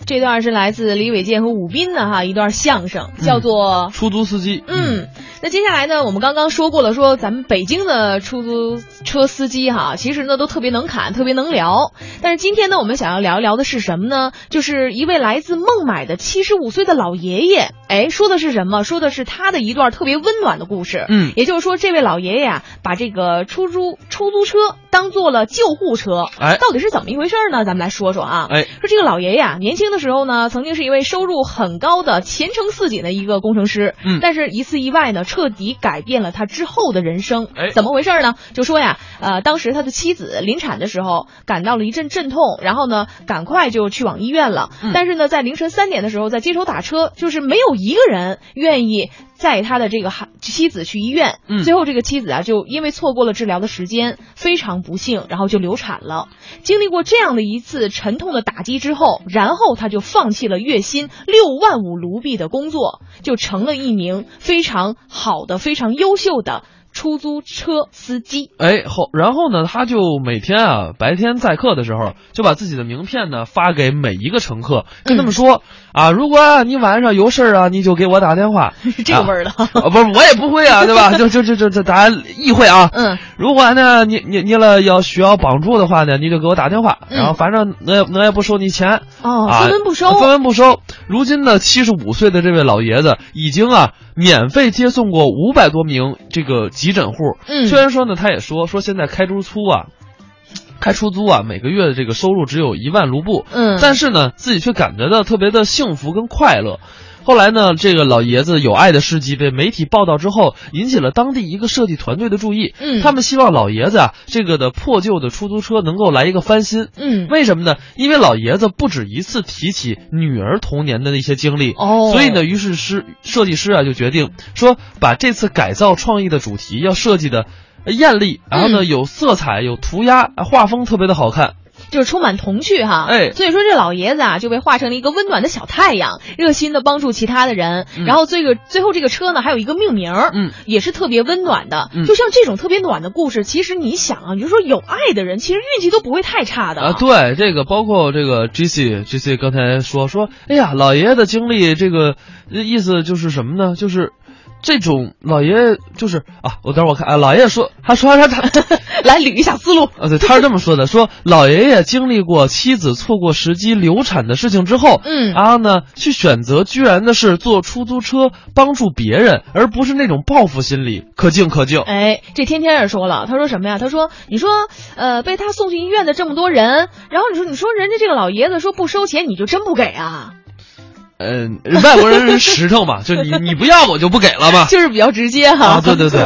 [SPEAKER 2] 这段是来自李伟健和武斌的哈一段相声，叫做
[SPEAKER 1] 嗯出租司机，
[SPEAKER 2] 嗯。那接下来呢，我们刚刚说过了，说咱们北京的出租车司机哈，其实呢都特别能侃，特别能聊。但是今天呢，我们想要聊一聊的是什么呢？就是一位来自孟买的七十五岁的老爷爷，哎，说的是什么？说的是他的一段特别温暖的故事。
[SPEAKER 1] 嗯
[SPEAKER 2] 也就是说，这位老爷爷啊，把这个出租出租车当做了救护车，
[SPEAKER 1] 哎
[SPEAKER 2] 到底是怎么一回事儿呢？咱们来说说啊。
[SPEAKER 1] 哎，
[SPEAKER 2] 说这个老爷爷啊，年轻的时候呢，曾经是一位收入很高的、前程似锦的一个工程师。
[SPEAKER 1] 嗯
[SPEAKER 2] 但是一次意外呢，彻底改变了他之后的人生。
[SPEAKER 1] 哎
[SPEAKER 2] 怎么回事呢？就说呀，呃，当时他的妻子临产的时候感到了一阵阵痛，然后呢，赶快就去往医院了。
[SPEAKER 1] 嗯
[SPEAKER 2] 但是呢，在凌晨三点的时候，在街头打车，就是没有一个人愿意载他的这个孩妻子去医院。
[SPEAKER 1] 嗯
[SPEAKER 2] 最后这个妻子啊，就因为错过了治疗的时间，非常不幸，然后就流产了。经历过这样的一次沉痛的打击之后，然后他就放弃了月薪六万五卢比的工作，就成了一名非常好的、非常优秀的出租车司机。
[SPEAKER 1] 哎后然后呢，他就每天啊白天载客的时候，就把自己的名片呢发给每一个乘客，跟
[SPEAKER 2] 嗯
[SPEAKER 1] 他们说、啊，如果啊你晚上有事儿啊，你就给我打电话，
[SPEAKER 2] 是这个味儿的，
[SPEAKER 1] 啊，不是我也不会啊， 对吧？就就就就就大家意会啊。
[SPEAKER 2] 嗯，
[SPEAKER 1] 如果呢，你你你了要需要帮助的话呢，你就给我打电话，
[SPEAKER 2] 嗯
[SPEAKER 1] 然后反正我也我也不收你钱，
[SPEAKER 2] 哦，
[SPEAKER 1] 啊，
[SPEAKER 2] 分文不收，
[SPEAKER 1] 分文不收。如今呢，七十五岁的这位老爷子已经啊免费接送过五百多名这个急诊户。
[SPEAKER 2] 嗯
[SPEAKER 1] 虽然说呢，他也说说现在开出租啊，开出租啊，每个月的这个收入只有一万卢布，
[SPEAKER 2] 嗯，
[SPEAKER 1] 但是呢，自己却感觉到特别的幸福跟快乐。后来呢，这个老爷子有爱的事迹被媒体报道之后，引起了当地一个设计团队的注意。
[SPEAKER 2] 嗯
[SPEAKER 1] 他们希望老爷子啊，这个的破旧的出租车能够来一个翻新。
[SPEAKER 2] 嗯
[SPEAKER 1] 为什么呢？因为老爷子不止一次提起女儿童年的那些经历，
[SPEAKER 2] 哦
[SPEAKER 1] 所以呢，于是师设计师啊就决定说，把这次改造创意的主题要设计的艳丽，然后呢、
[SPEAKER 2] 嗯
[SPEAKER 1] 有色彩、有涂鸦，啊画风特别的好看。
[SPEAKER 2] 就是充满童趣哈。
[SPEAKER 1] 哎
[SPEAKER 2] 所以说这老爷子啊就被化成了一个温暖的小太阳，热心的帮助其他的人。
[SPEAKER 1] 嗯
[SPEAKER 2] 然后这个最后这个车呢还有一个命名，
[SPEAKER 1] 嗯，
[SPEAKER 2] 也是特别温暖的。
[SPEAKER 1] 嗯
[SPEAKER 2] 就像这种特别暖的故事，其实你想啊，你就说有爱的人，其实运气都不会太差的
[SPEAKER 1] 啊，对，这个包括这个 G C G C 刚才说说，哎呀，老爷爷的经历，这个呃意思就是什么呢？就是这种老爷爷就是啊，我等会儿我看啊，老爷爷说，他说他他
[SPEAKER 2] 来捋一下思路。
[SPEAKER 1] 啊，对，他是这么说的：说老爷爷经历过妻子错过时机流产的事情之后，
[SPEAKER 2] 嗯
[SPEAKER 1] 然后呢，去选择居然的是坐出租车帮助别人，而不是那种报复心理，可敬可敬。
[SPEAKER 2] 哎，这天天也说了，他说什么呀？他说，你说，呃，被他送去医院的这么多人，然后你说，你说人家这个老爷子说不收钱，你就真不给啊？
[SPEAKER 1] 嗯、外国人是实诚嘛，就你你不要我就不给了 嘛，
[SPEAKER 2] 就是比较直接哈。
[SPEAKER 1] 啊，对对对。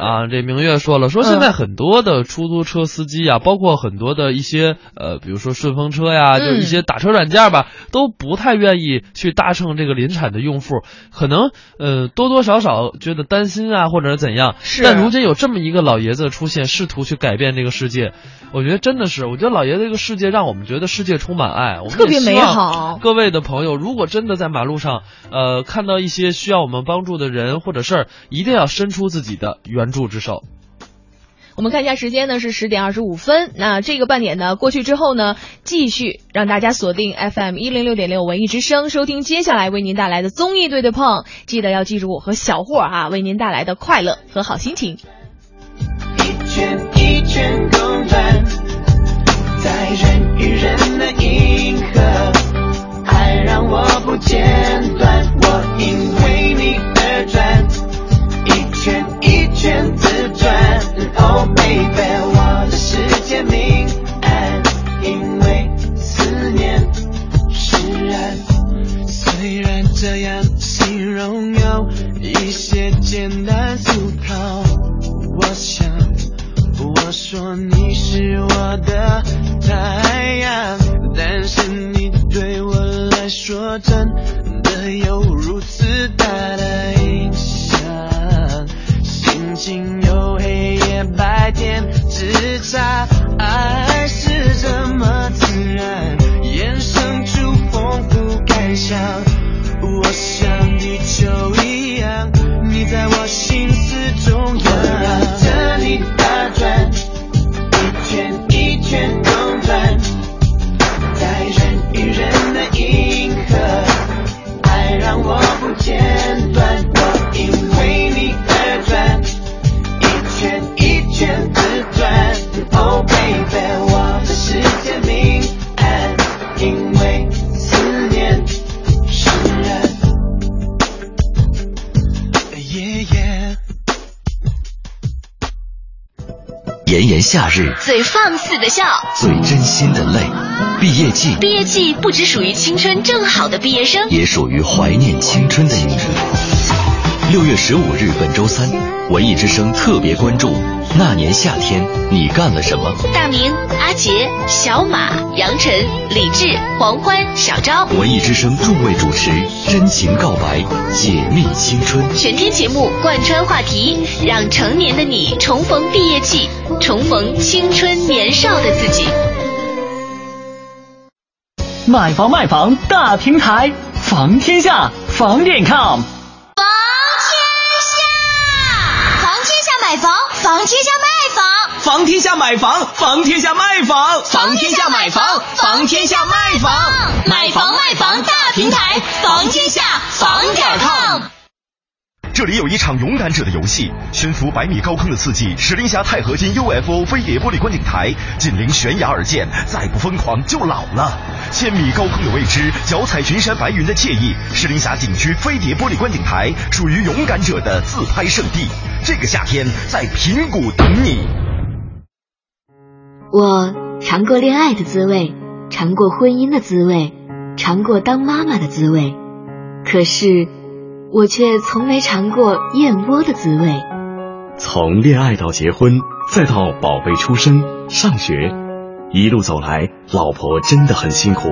[SPEAKER 1] 啊，这明月说了，说现
[SPEAKER 2] 嗯
[SPEAKER 1] 在很多的出租车司机啊，包括很多的一些呃，比如说顺风车呀，
[SPEAKER 2] 嗯
[SPEAKER 1] 就是一些打车软件吧，都不太愿意去搭乘这个临产的用户，可能呃多多少少觉得担心啊，或者是怎样。
[SPEAKER 2] 是
[SPEAKER 1] 但如今有这么一个老爷子的出现，试图去改变这个世界，我觉得真的是，我觉得老爷子这个世界让我们觉得世界充满爱，我们
[SPEAKER 2] 特别
[SPEAKER 1] 也希
[SPEAKER 2] 美
[SPEAKER 1] 望
[SPEAKER 2] 好
[SPEAKER 1] 各位的朋友，如果真的在马路上，呃，看到一些需要我们帮助的人或者事儿，一定要伸出自己的援助之手。
[SPEAKER 2] 我们看一下时间呢，是十点二十五分。那这个半点呢过去之后呢，继续让大家锁定 FM 一零六点六文艺之声，收听接下来为您带来的综艺对对碰。记得要记住我和小霍啊为您带来的快乐和好心情。
[SPEAKER 5] 一圈一圈公转，在人与人的银河，爱让我不间断，我因为你而转，一圈一圈自转。Oh baby，我的世界明暗，因为思念释然。虽然这样形容有一些简单粗糙，我想我说你是我的太阳，但是你对我来说真的有如此大的影响，心情有黑夜白天之差，爱是这么自然，衍生出丰富感想。我像地球一样，你在我心思中围绕着你打转，一圈一圈公转，在人与人的银河，爱让我不间断，我因为你而转，一圈一圈自转。Oh baby，我的世界明暗，因为思念释然。Yeah yeah。
[SPEAKER 6] 炎炎夏日，
[SPEAKER 7] 嘴放肆的笑。
[SPEAKER 6] 最真心的泪。毕业季
[SPEAKER 7] 毕业季不只属于青春正好的毕业生，
[SPEAKER 6] 也属于怀念青春的你。六月十五日，本周三，文艺之声特别关注“那年夏天你干了什么
[SPEAKER 7] 大明、阿杰、小马、杨晨、李志、黄欢、小昭”。。
[SPEAKER 6] 文艺之声众位主持真情告白，解密青春。
[SPEAKER 7] 全天节目贯穿话题，让成年的你重逢毕业季，重逢青春年少的自己。
[SPEAKER 8] 买房卖房大平台，房天下，房点 com。
[SPEAKER 7] 房天下，房天下买房，房天下卖房。
[SPEAKER 8] 房天下买房，房天下卖房，房天下买房，房天下卖房，
[SPEAKER 7] 买房卖房大平台，房天下房改烫。
[SPEAKER 9] 这里有一场勇敢者的游戏，悬浮百米高空的刺激，石林峡钛合金 UFO 飞碟玻璃观景台，紧邻悬崖而建，再不疯狂就老了。千米高空的未知，脚踩群山白云的惬意，石林峡景区飞碟玻璃观景台属于勇敢者的自拍圣地。这个夏天，在平谷等你。
[SPEAKER 10] 我尝过恋爱的滋味，尝过婚姻的滋味，尝过当妈妈的滋味，可是我却从没尝过燕窝的滋味。
[SPEAKER 11] 从恋爱到结婚，再到宝贝出生、上学，一路走来，老婆真的很辛苦。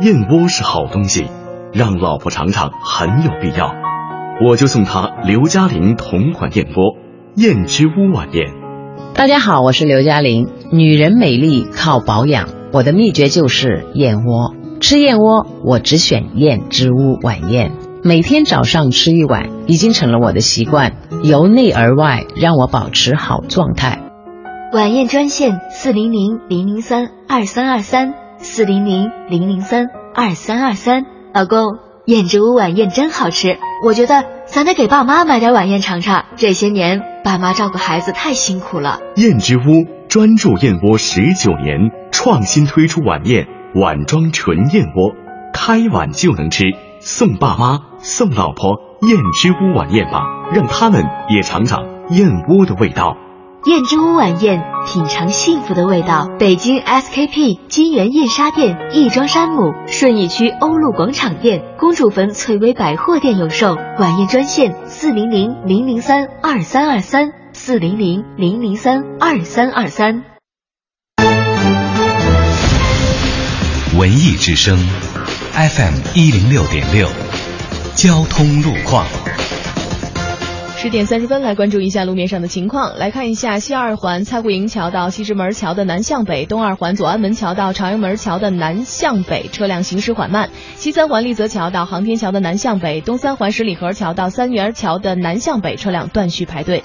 [SPEAKER 11] 燕窝是好东西，让老婆尝尝很有必要。我就送她刘嘉玲同款燕窝——燕之屋晚宴。
[SPEAKER 12] 大家好，我是刘嘉玲。女人美丽靠保养，我的秘诀就是燕窝。吃燕窝，我只选燕之屋晚宴，每天早上吃一碗，已经成了我的习惯，由内而外让我保持好状态。
[SPEAKER 10] 晚宴专线四零零零零三二三二三四零零零零三二三二三。老公，燕之屋晚宴真好吃，我觉得咱得给爸妈买点晚宴尝尝。这些年爸妈照顾孩子太辛苦了。
[SPEAKER 11] 燕之屋专注燕窝十九年，创新推出晚宴碗装纯燕窝，开碗就能吃，送爸妈送老婆燕之屋晚宴吧，让他们也尝尝燕窝的味道。
[SPEAKER 10] 燕之屋晚宴，品尝幸福的味道。北京 SKP 金源燕莎店、亦庄山姆、顺义区欧陆广场店、公主坟翠微百货店有售。晚宴专线：四零零零零三二三二三，四零零零零三二三二三。
[SPEAKER 6] 文艺之声，FM 一零六点六，交通路况。
[SPEAKER 2] 十点三十分，来关注一下路面上的情况。来看一下西二环蔡桂营桥到西直门桥的南向北，东二环左安门桥到朝阳门桥的南向北，车辆行驶缓慢；西三环立泽桥到航天桥的南向北，东三环十里河桥到三元桥的南向北，车辆断续排队。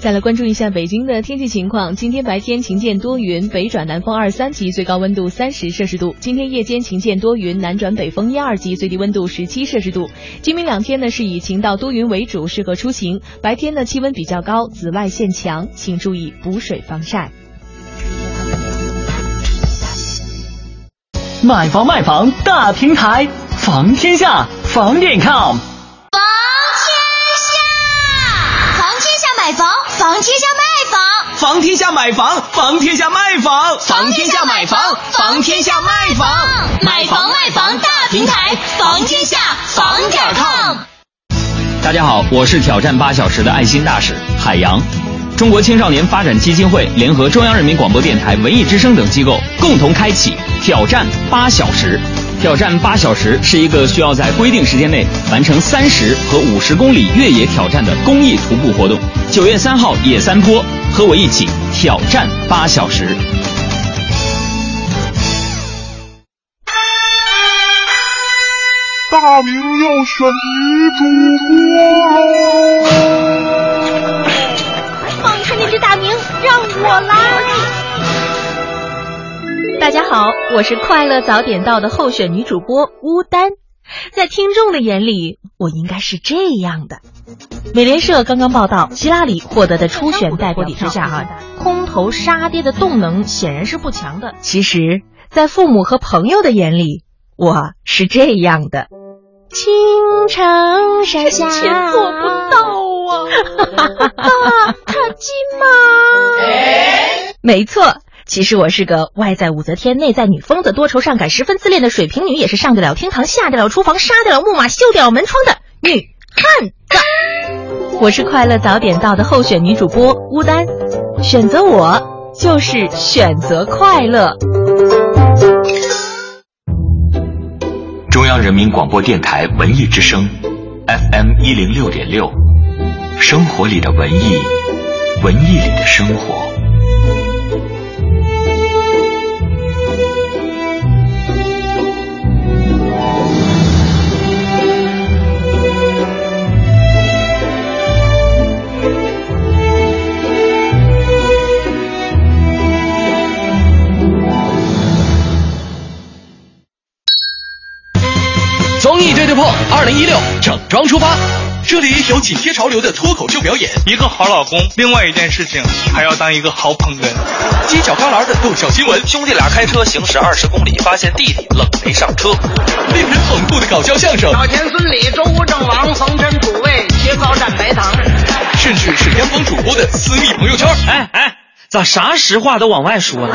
[SPEAKER 2] 再来关注一下北京的天气情况。今天白天晴见多云，北转南风二三级，最高温度三十摄氏度。今天夜间晴见多云，南转北风一二级，最低温度十七摄氏度。今明两天呢是以晴到多云为主，适合出行。白天呢气温比较高，紫外线强，请注意补水防晒。
[SPEAKER 5] 买房卖房大平台，房天下，房点 com。
[SPEAKER 13] 房天下，房天下买房，房天下卖房，
[SPEAKER 5] 房天下买房，房天下卖房，房天下买房，房天下卖房，
[SPEAKER 13] 买房卖房大平台，房天下，房点儿 com。
[SPEAKER 4] 大家好，我是挑战八小时的爱心大使海洋。中国青少年发展基金会联合中央人民广播电台、文艺之声等机构，共同开启“挑战八小时”。挑战八小时是一个需要在规定时间内完成三十和五十公里越野挑战的公益徒步活动。九月三号，野三坡，和我一起挑战八小时。
[SPEAKER 3] 大明要选女主播喽。
[SPEAKER 13] 梦看见这大明，让我来。
[SPEAKER 14] 大家好，我是快乐早点到的候选女主播乌丹。在听众的眼里，我应该是这样的。美联社刚刚报道，希拉里获得的初选代表之下啊，空头杀跌的动能显然是不强的。其实，在父母和朋友的眼里，我是这样的。
[SPEAKER 13] 青城山下，
[SPEAKER 14] 臣妾做不到啊！
[SPEAKER 13] 爸， 踏金 吗？
[SPEAKER 14] 没错，其实我是个外在武则天、内在女疯子、多愁善感、十分自恋的水瓶女，也是上得了厅堂、下得了厨房、杀得了木马、修得了门窗的女汉子。我是快乐早点到的候选女主播乌丹，选择我就是选择快乐。
[SPEAKER 6] 中央人民广播电台文艺之声，FM 一零六点六，生活里的文艺，文艺里的生活。
[SPEAKER 15] 综艺对对碰，二零一六整装出发。
[SPEAKER 11] 这里有紧贴潮流的脱口秀表演，
[SPEAKER 16] 一个好老公，另外一件事情还要当一个好捧哏。
[SPEAKER 11] 犄角旮旯的逗笑新闻，
[SPEAKER 17] 兄弟俩开车行驶二十公里，发现弟弟冷没上车。
[SPEAKER 11] 令人捧腹的搞笑相声，
[SPEAKER 18] 小田孙李、周吴郑王、冯真楚卫、薛高蘸白糖，
[SPEAKER 11] 甚至是央广主播的私密朋友圈。
[SPEAKER 19] 哎哎，咋啥实话都往外说呢？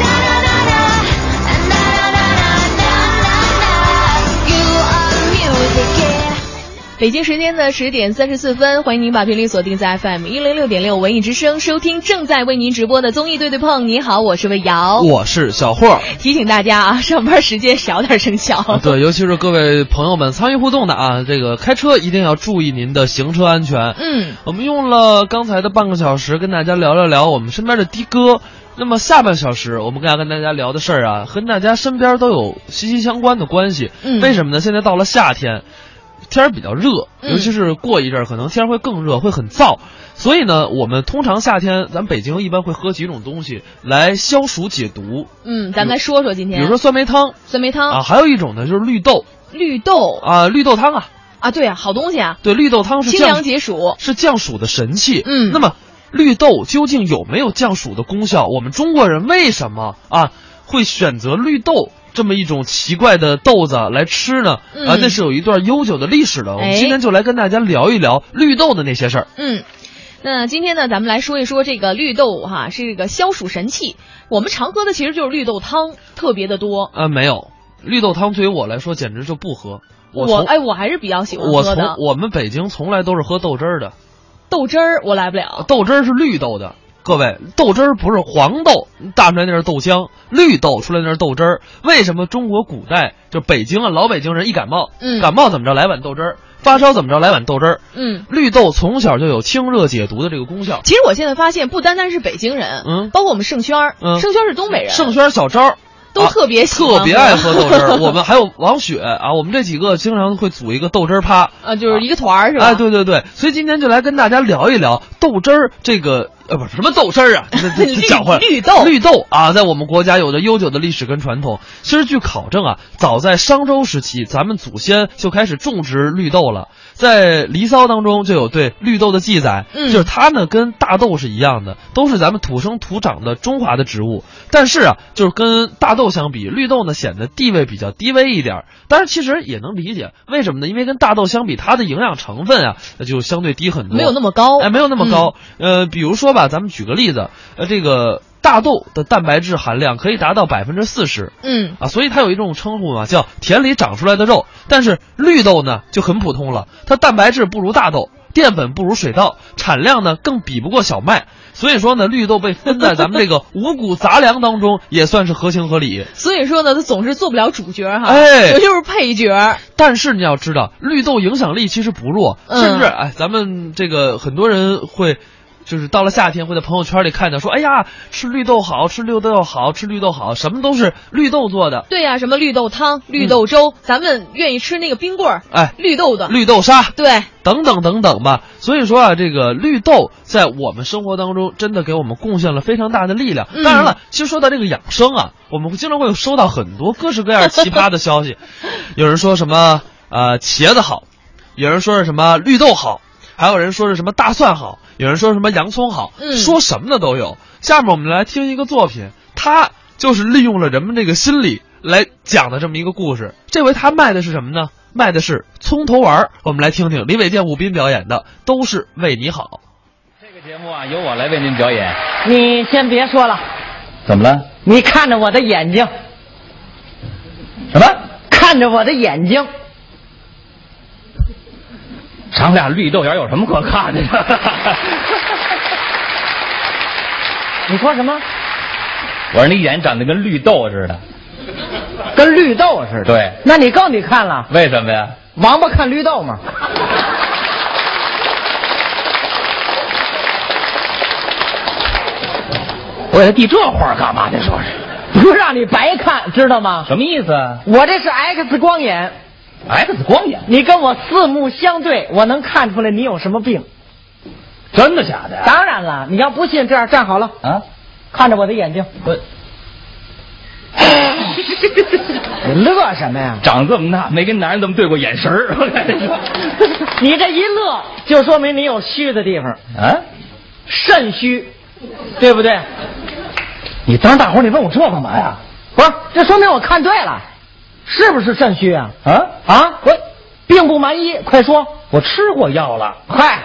[SPEAKER 13] Na, na, na, na. Na, na, na, na, na, na. You are music, yeah.
[SPEAKER 2] 北京时间的十点三十四分，欢迎您把频率锁定在 FM 一零六点六文艺之声，收听正在为您直播的综艺对对碰。你好，我是魏瑶，
[SPEAKER 1] 我是小霍。
[SPEAKER 2] 提醒大家啊，上班时间少点生肖。
[SPEAKER 1] 啊对，尤其是各位朋友们参与互动的啊，这个开车一定要注意您的行车安全。
[SPEAKER 2] 嗯，
[SPEAKER 1] 我们用了刚才的半个小时跟大家聊了聊我们身边的的哥。那么下半小时我们要跟大家聊的事儿啊，和大家身边都有息息相关的关系。
[SPEAKER 2] 嗯
[SPEAKER 1] 为什么呢？现在到了夏天。天儿比较热，尤其是过一阵儿，可能天儿会更热，会很燥。所以呢，我们通常夏天，咱北京一般会喝几种东西来消暑解毒，
[SPEAKER 2] 嗯，咱们来说说今
[SPEAKER 1] 比
[SPEAKER 2] 天，
[SPEAKER 1] 如说酸梅汤
[SPEAKER 2] 酸梅汤
[SPEAKER 1] 啊，还有一种呢就是绿豆
[SPEAKER 2] 绿豆
[SPEAKER 1] 啊，绿豆汤啊，
[SPEAKER 2] 啊，对啊，好东西啊，
[SPEAKER 1] 对，绿豆汤是
[SPEAKER 2] 清
[SPEAKER 1] 降
[SPEAKER 2] 凉解暑，
[SPEAKER 1] 是降暑的神器。
[SPEAKER 2] 嗯
[SPEAKER 1] 那么绿豆究竟有没有降暑的功效？我们中国人为什么啊会选择绿豆？这么一种奇怪的豆子来吃呢，
[SPEAKER 2] 嗯
[SPEAKER 1] 啊，那是有一段悠久的历史的。我们
[SPEAKER 2] 哎
[SPEAKER 1] 今天就来跟大家聊一聊绿豆的那些事儿。
[SPEAKER 2] 嗯，那今天呢，咱们来说一说这个绿豆哈、是这个消暑神器。我们常喝的其实就是绿豆汤，特别的多。
[SPEAKER 1] 啊，没有，绿豆汤对于我来说简直就不喝。
[SPEAKER 2] 我
[SPEAKER 1] 从
[SPEAKER 2] 哎，我还是比较喜欢
[SPEAKER 1] 我
[SPEAKER 2] 喝
[SPEAKER 1] 从
[SPEAKER 2] 的
[SPEAKER 1] 我们北京从来都是喝豆汁儿的，
[SPEAKER 2] 豆汁儿，我来不了。
[SPEAKER 1] 啊豆汁儿是绿豆的。各位，豆汁儿不是黄豆榨出来那是豆浆，绿豆出来那是豆汁儿。为什么中国古代就北京啊老北京人一感冒，
[SPEAKER 2] 嗯
[SPEAKER 1] 感冒怎么着来碗豆汁儿，发烧怎么着来碗豆汁儿？
[SPEAKER 2] 嗯，
[SPEAKER 1] 绿豆从小就有清热解毒的这个功效。
[SPEAKER 2] 其实我现在发现，不单单是北京人，
[SPEAKER 1] 嗯
[SPEAKER 2] 包括我们盛轩儿，
[SPEAKER 1] 嗯
[SPEAKER 2] 盛轩儿是东北人，
[SPEAKER 1] 盛轩小昭儿
[SPEAKER 2] 都
[SPEAKER 1] 啊
[SPEAKER 2] 特别喜欢
[SPEAKER 1] 特别爱喝豆汁 儿。我们还有王雪啊，我们这几个经常会组一个豆汁儿趴。
[SPEAKER 2] 啊，就是一个团儿是吧？
[SPEAKER 1] 哎，对对对，所以今天就来跟大家聊一聊豆汁儿这个，呃，不是什么豆汁儿 啊，这这这讲话
[SPEAKER 2] 绿豆
[SPEAKER 1] 绿豆啊，在我们国家有着悠久的历史跟传统。其实据考证啊，早在商周时期，咱们祖先就开始种植绿豆了。在《离骚》当中就有对绿豆的记载，
[SPEAKER 2] 嗯
[SPEAKER 1] 就是它呢跟大豆是一样的，都是咱们土生土长的中华的植物。但是啊，就是跟大豆相比，绿豆呢显得地位比较低微一点儿。但是其实也能理解，为什么呢？因为跟大豆相比，它的营养成分啊那就相对低很多，
[SPEAKER 2] 没有那么高嗯
[SPEAKER 1] 哎，没有那么高。呃，比如说吧，咱们举个例子，呃，这个大豆的蛋白质含量可以达到百分之四十，
[SPEAKER 2] 嗯
[SPEAKER 1] 啊，所以它有一种称呼嘛，叫田里长出来的肉。但是绿豆呢就很普通了，它蛋白质不如大豆，淀粉不如水稻，产量呢更比不过小麦。所以说呢，绿豆被分在咱们这个五谷杂粮当中，也算是合情合理。
[SPEAKER 2] 所以说呢，他总是做不了主角哈，啊
[SPEAKER 1] 哎
[SPEAKER 2] 我就是配角儿。
[SPEAKER 1] 但是你要知道，绿豆影响力其实不弱，
[SPEAKER 2] 嗯
[SPEAKER 1] 甚至哎，咱们这个很多人会。就是到了夏天，会在朋友圈里看到说，哎呀，吃绿豆好，吃绿豆好，吃绿豆好，什么都是绿豆做的。
[SPEAKER 2] 对呀、什么绿豆汤、绿豆粥，
[SPEAKER 1] 嗯
[SPEAKER 2] 咱们愿意吃那个冰棍儿，
[SPEAKER 1] 哎
[SPEAKER 2] 绿豆的，
[SPEAKER 1] 绿豆沙，
[SPEAKER 2] 对，
[SPEAKER 1] 等等等等吧。所以说啊，这个绿豆在我们生活当中真的给我们贡献了非常大的力量。
[SPEAKER 2] 嗯
[SPEAKER 1] 当然了，其实说到这个养生啊，我们会经常会收到很多各式各样奇葩的消息， 有人说什么呃茄子好，有人说是什么绿豆好，还有人说是什么大蒜好，有人说什么洋葱好，
[SPEAKER 2] 嗯
[SPEAKER 1] 说什么的都有。下面我们来听一个作品，它就是利用了人们这个心理来讲的这么一个故事。这回他卖的是什么呢？卖的是葱头丸儿。我们来听听李伟健、武斌表演的，都是为你好。
[SPEAKER 4] 节目啊，由我来为您表演。
[SPEAKER 3] 你先别说了，
[SPEAKER 4] 怎么了？
[SPEAKER 3] 你看着我的眼睛，
[SPEAKER 4] 什么？
[SPEAKER 3] 看着我的眼睛，
[SPEAKER 4] 长俩绿豆芽有什么可看的？
[SPEAKER 3] 你说什么？
[SPEAKER 4] 我说你眼长得跟绿豆似的。
[SPEAKER 3] 跟绿豆似的。
[SPEAKER 4] 对，
[SPEAKER 3] 那你更得看了，
[SPEAKER 4] 为什么呀？
[SPEAKER 3] 王八看绿豆嘛。
[SPEAKER 4] 我给他递这话干嘛？您说是
[SPEAKER 3] 不让你白看，知道吗？
[SPEAKER 4] 什么意思啊
[SPEAKER 3] 我这是 X 光眼，
[SPEAKER 4] ？X 光眼，
[SPEAKER 3] 你跟我四目相对，我能看出来你有什么病。
[SPEAKER 4] 真的假的呀？
[SPEAKER 3] 当然了，你要不信，这样站好了，
[SPEAKER 4] 啊，
[SPEAKER 3] 看着我的眼睛，
[SPEAKER 4] 我
[SPEAKER 3] 你 乐什么呀？
[SPEAKER 4] 长这么大没跟男人这么对过眼神儿。我跟你 说
[SPEAKER 3] 你这一乐，就说明你有虚的地方，
[SPEAKER 4] 啊，
[SPEAKER 3] 肾虚，对不对？
[SPEAKER 4] 你当着大伙儿你问我这干嘛呀？
[SPEAKER 3] 不是，这说明我看对了，是不是肾虚啊？
[SPEAKER 4] 啊，
[SPEAKER 3] 啊，我并不满意，快说。
[SPEAKER 4] 我吃过药了，
[SPEAKER 3] 嗨，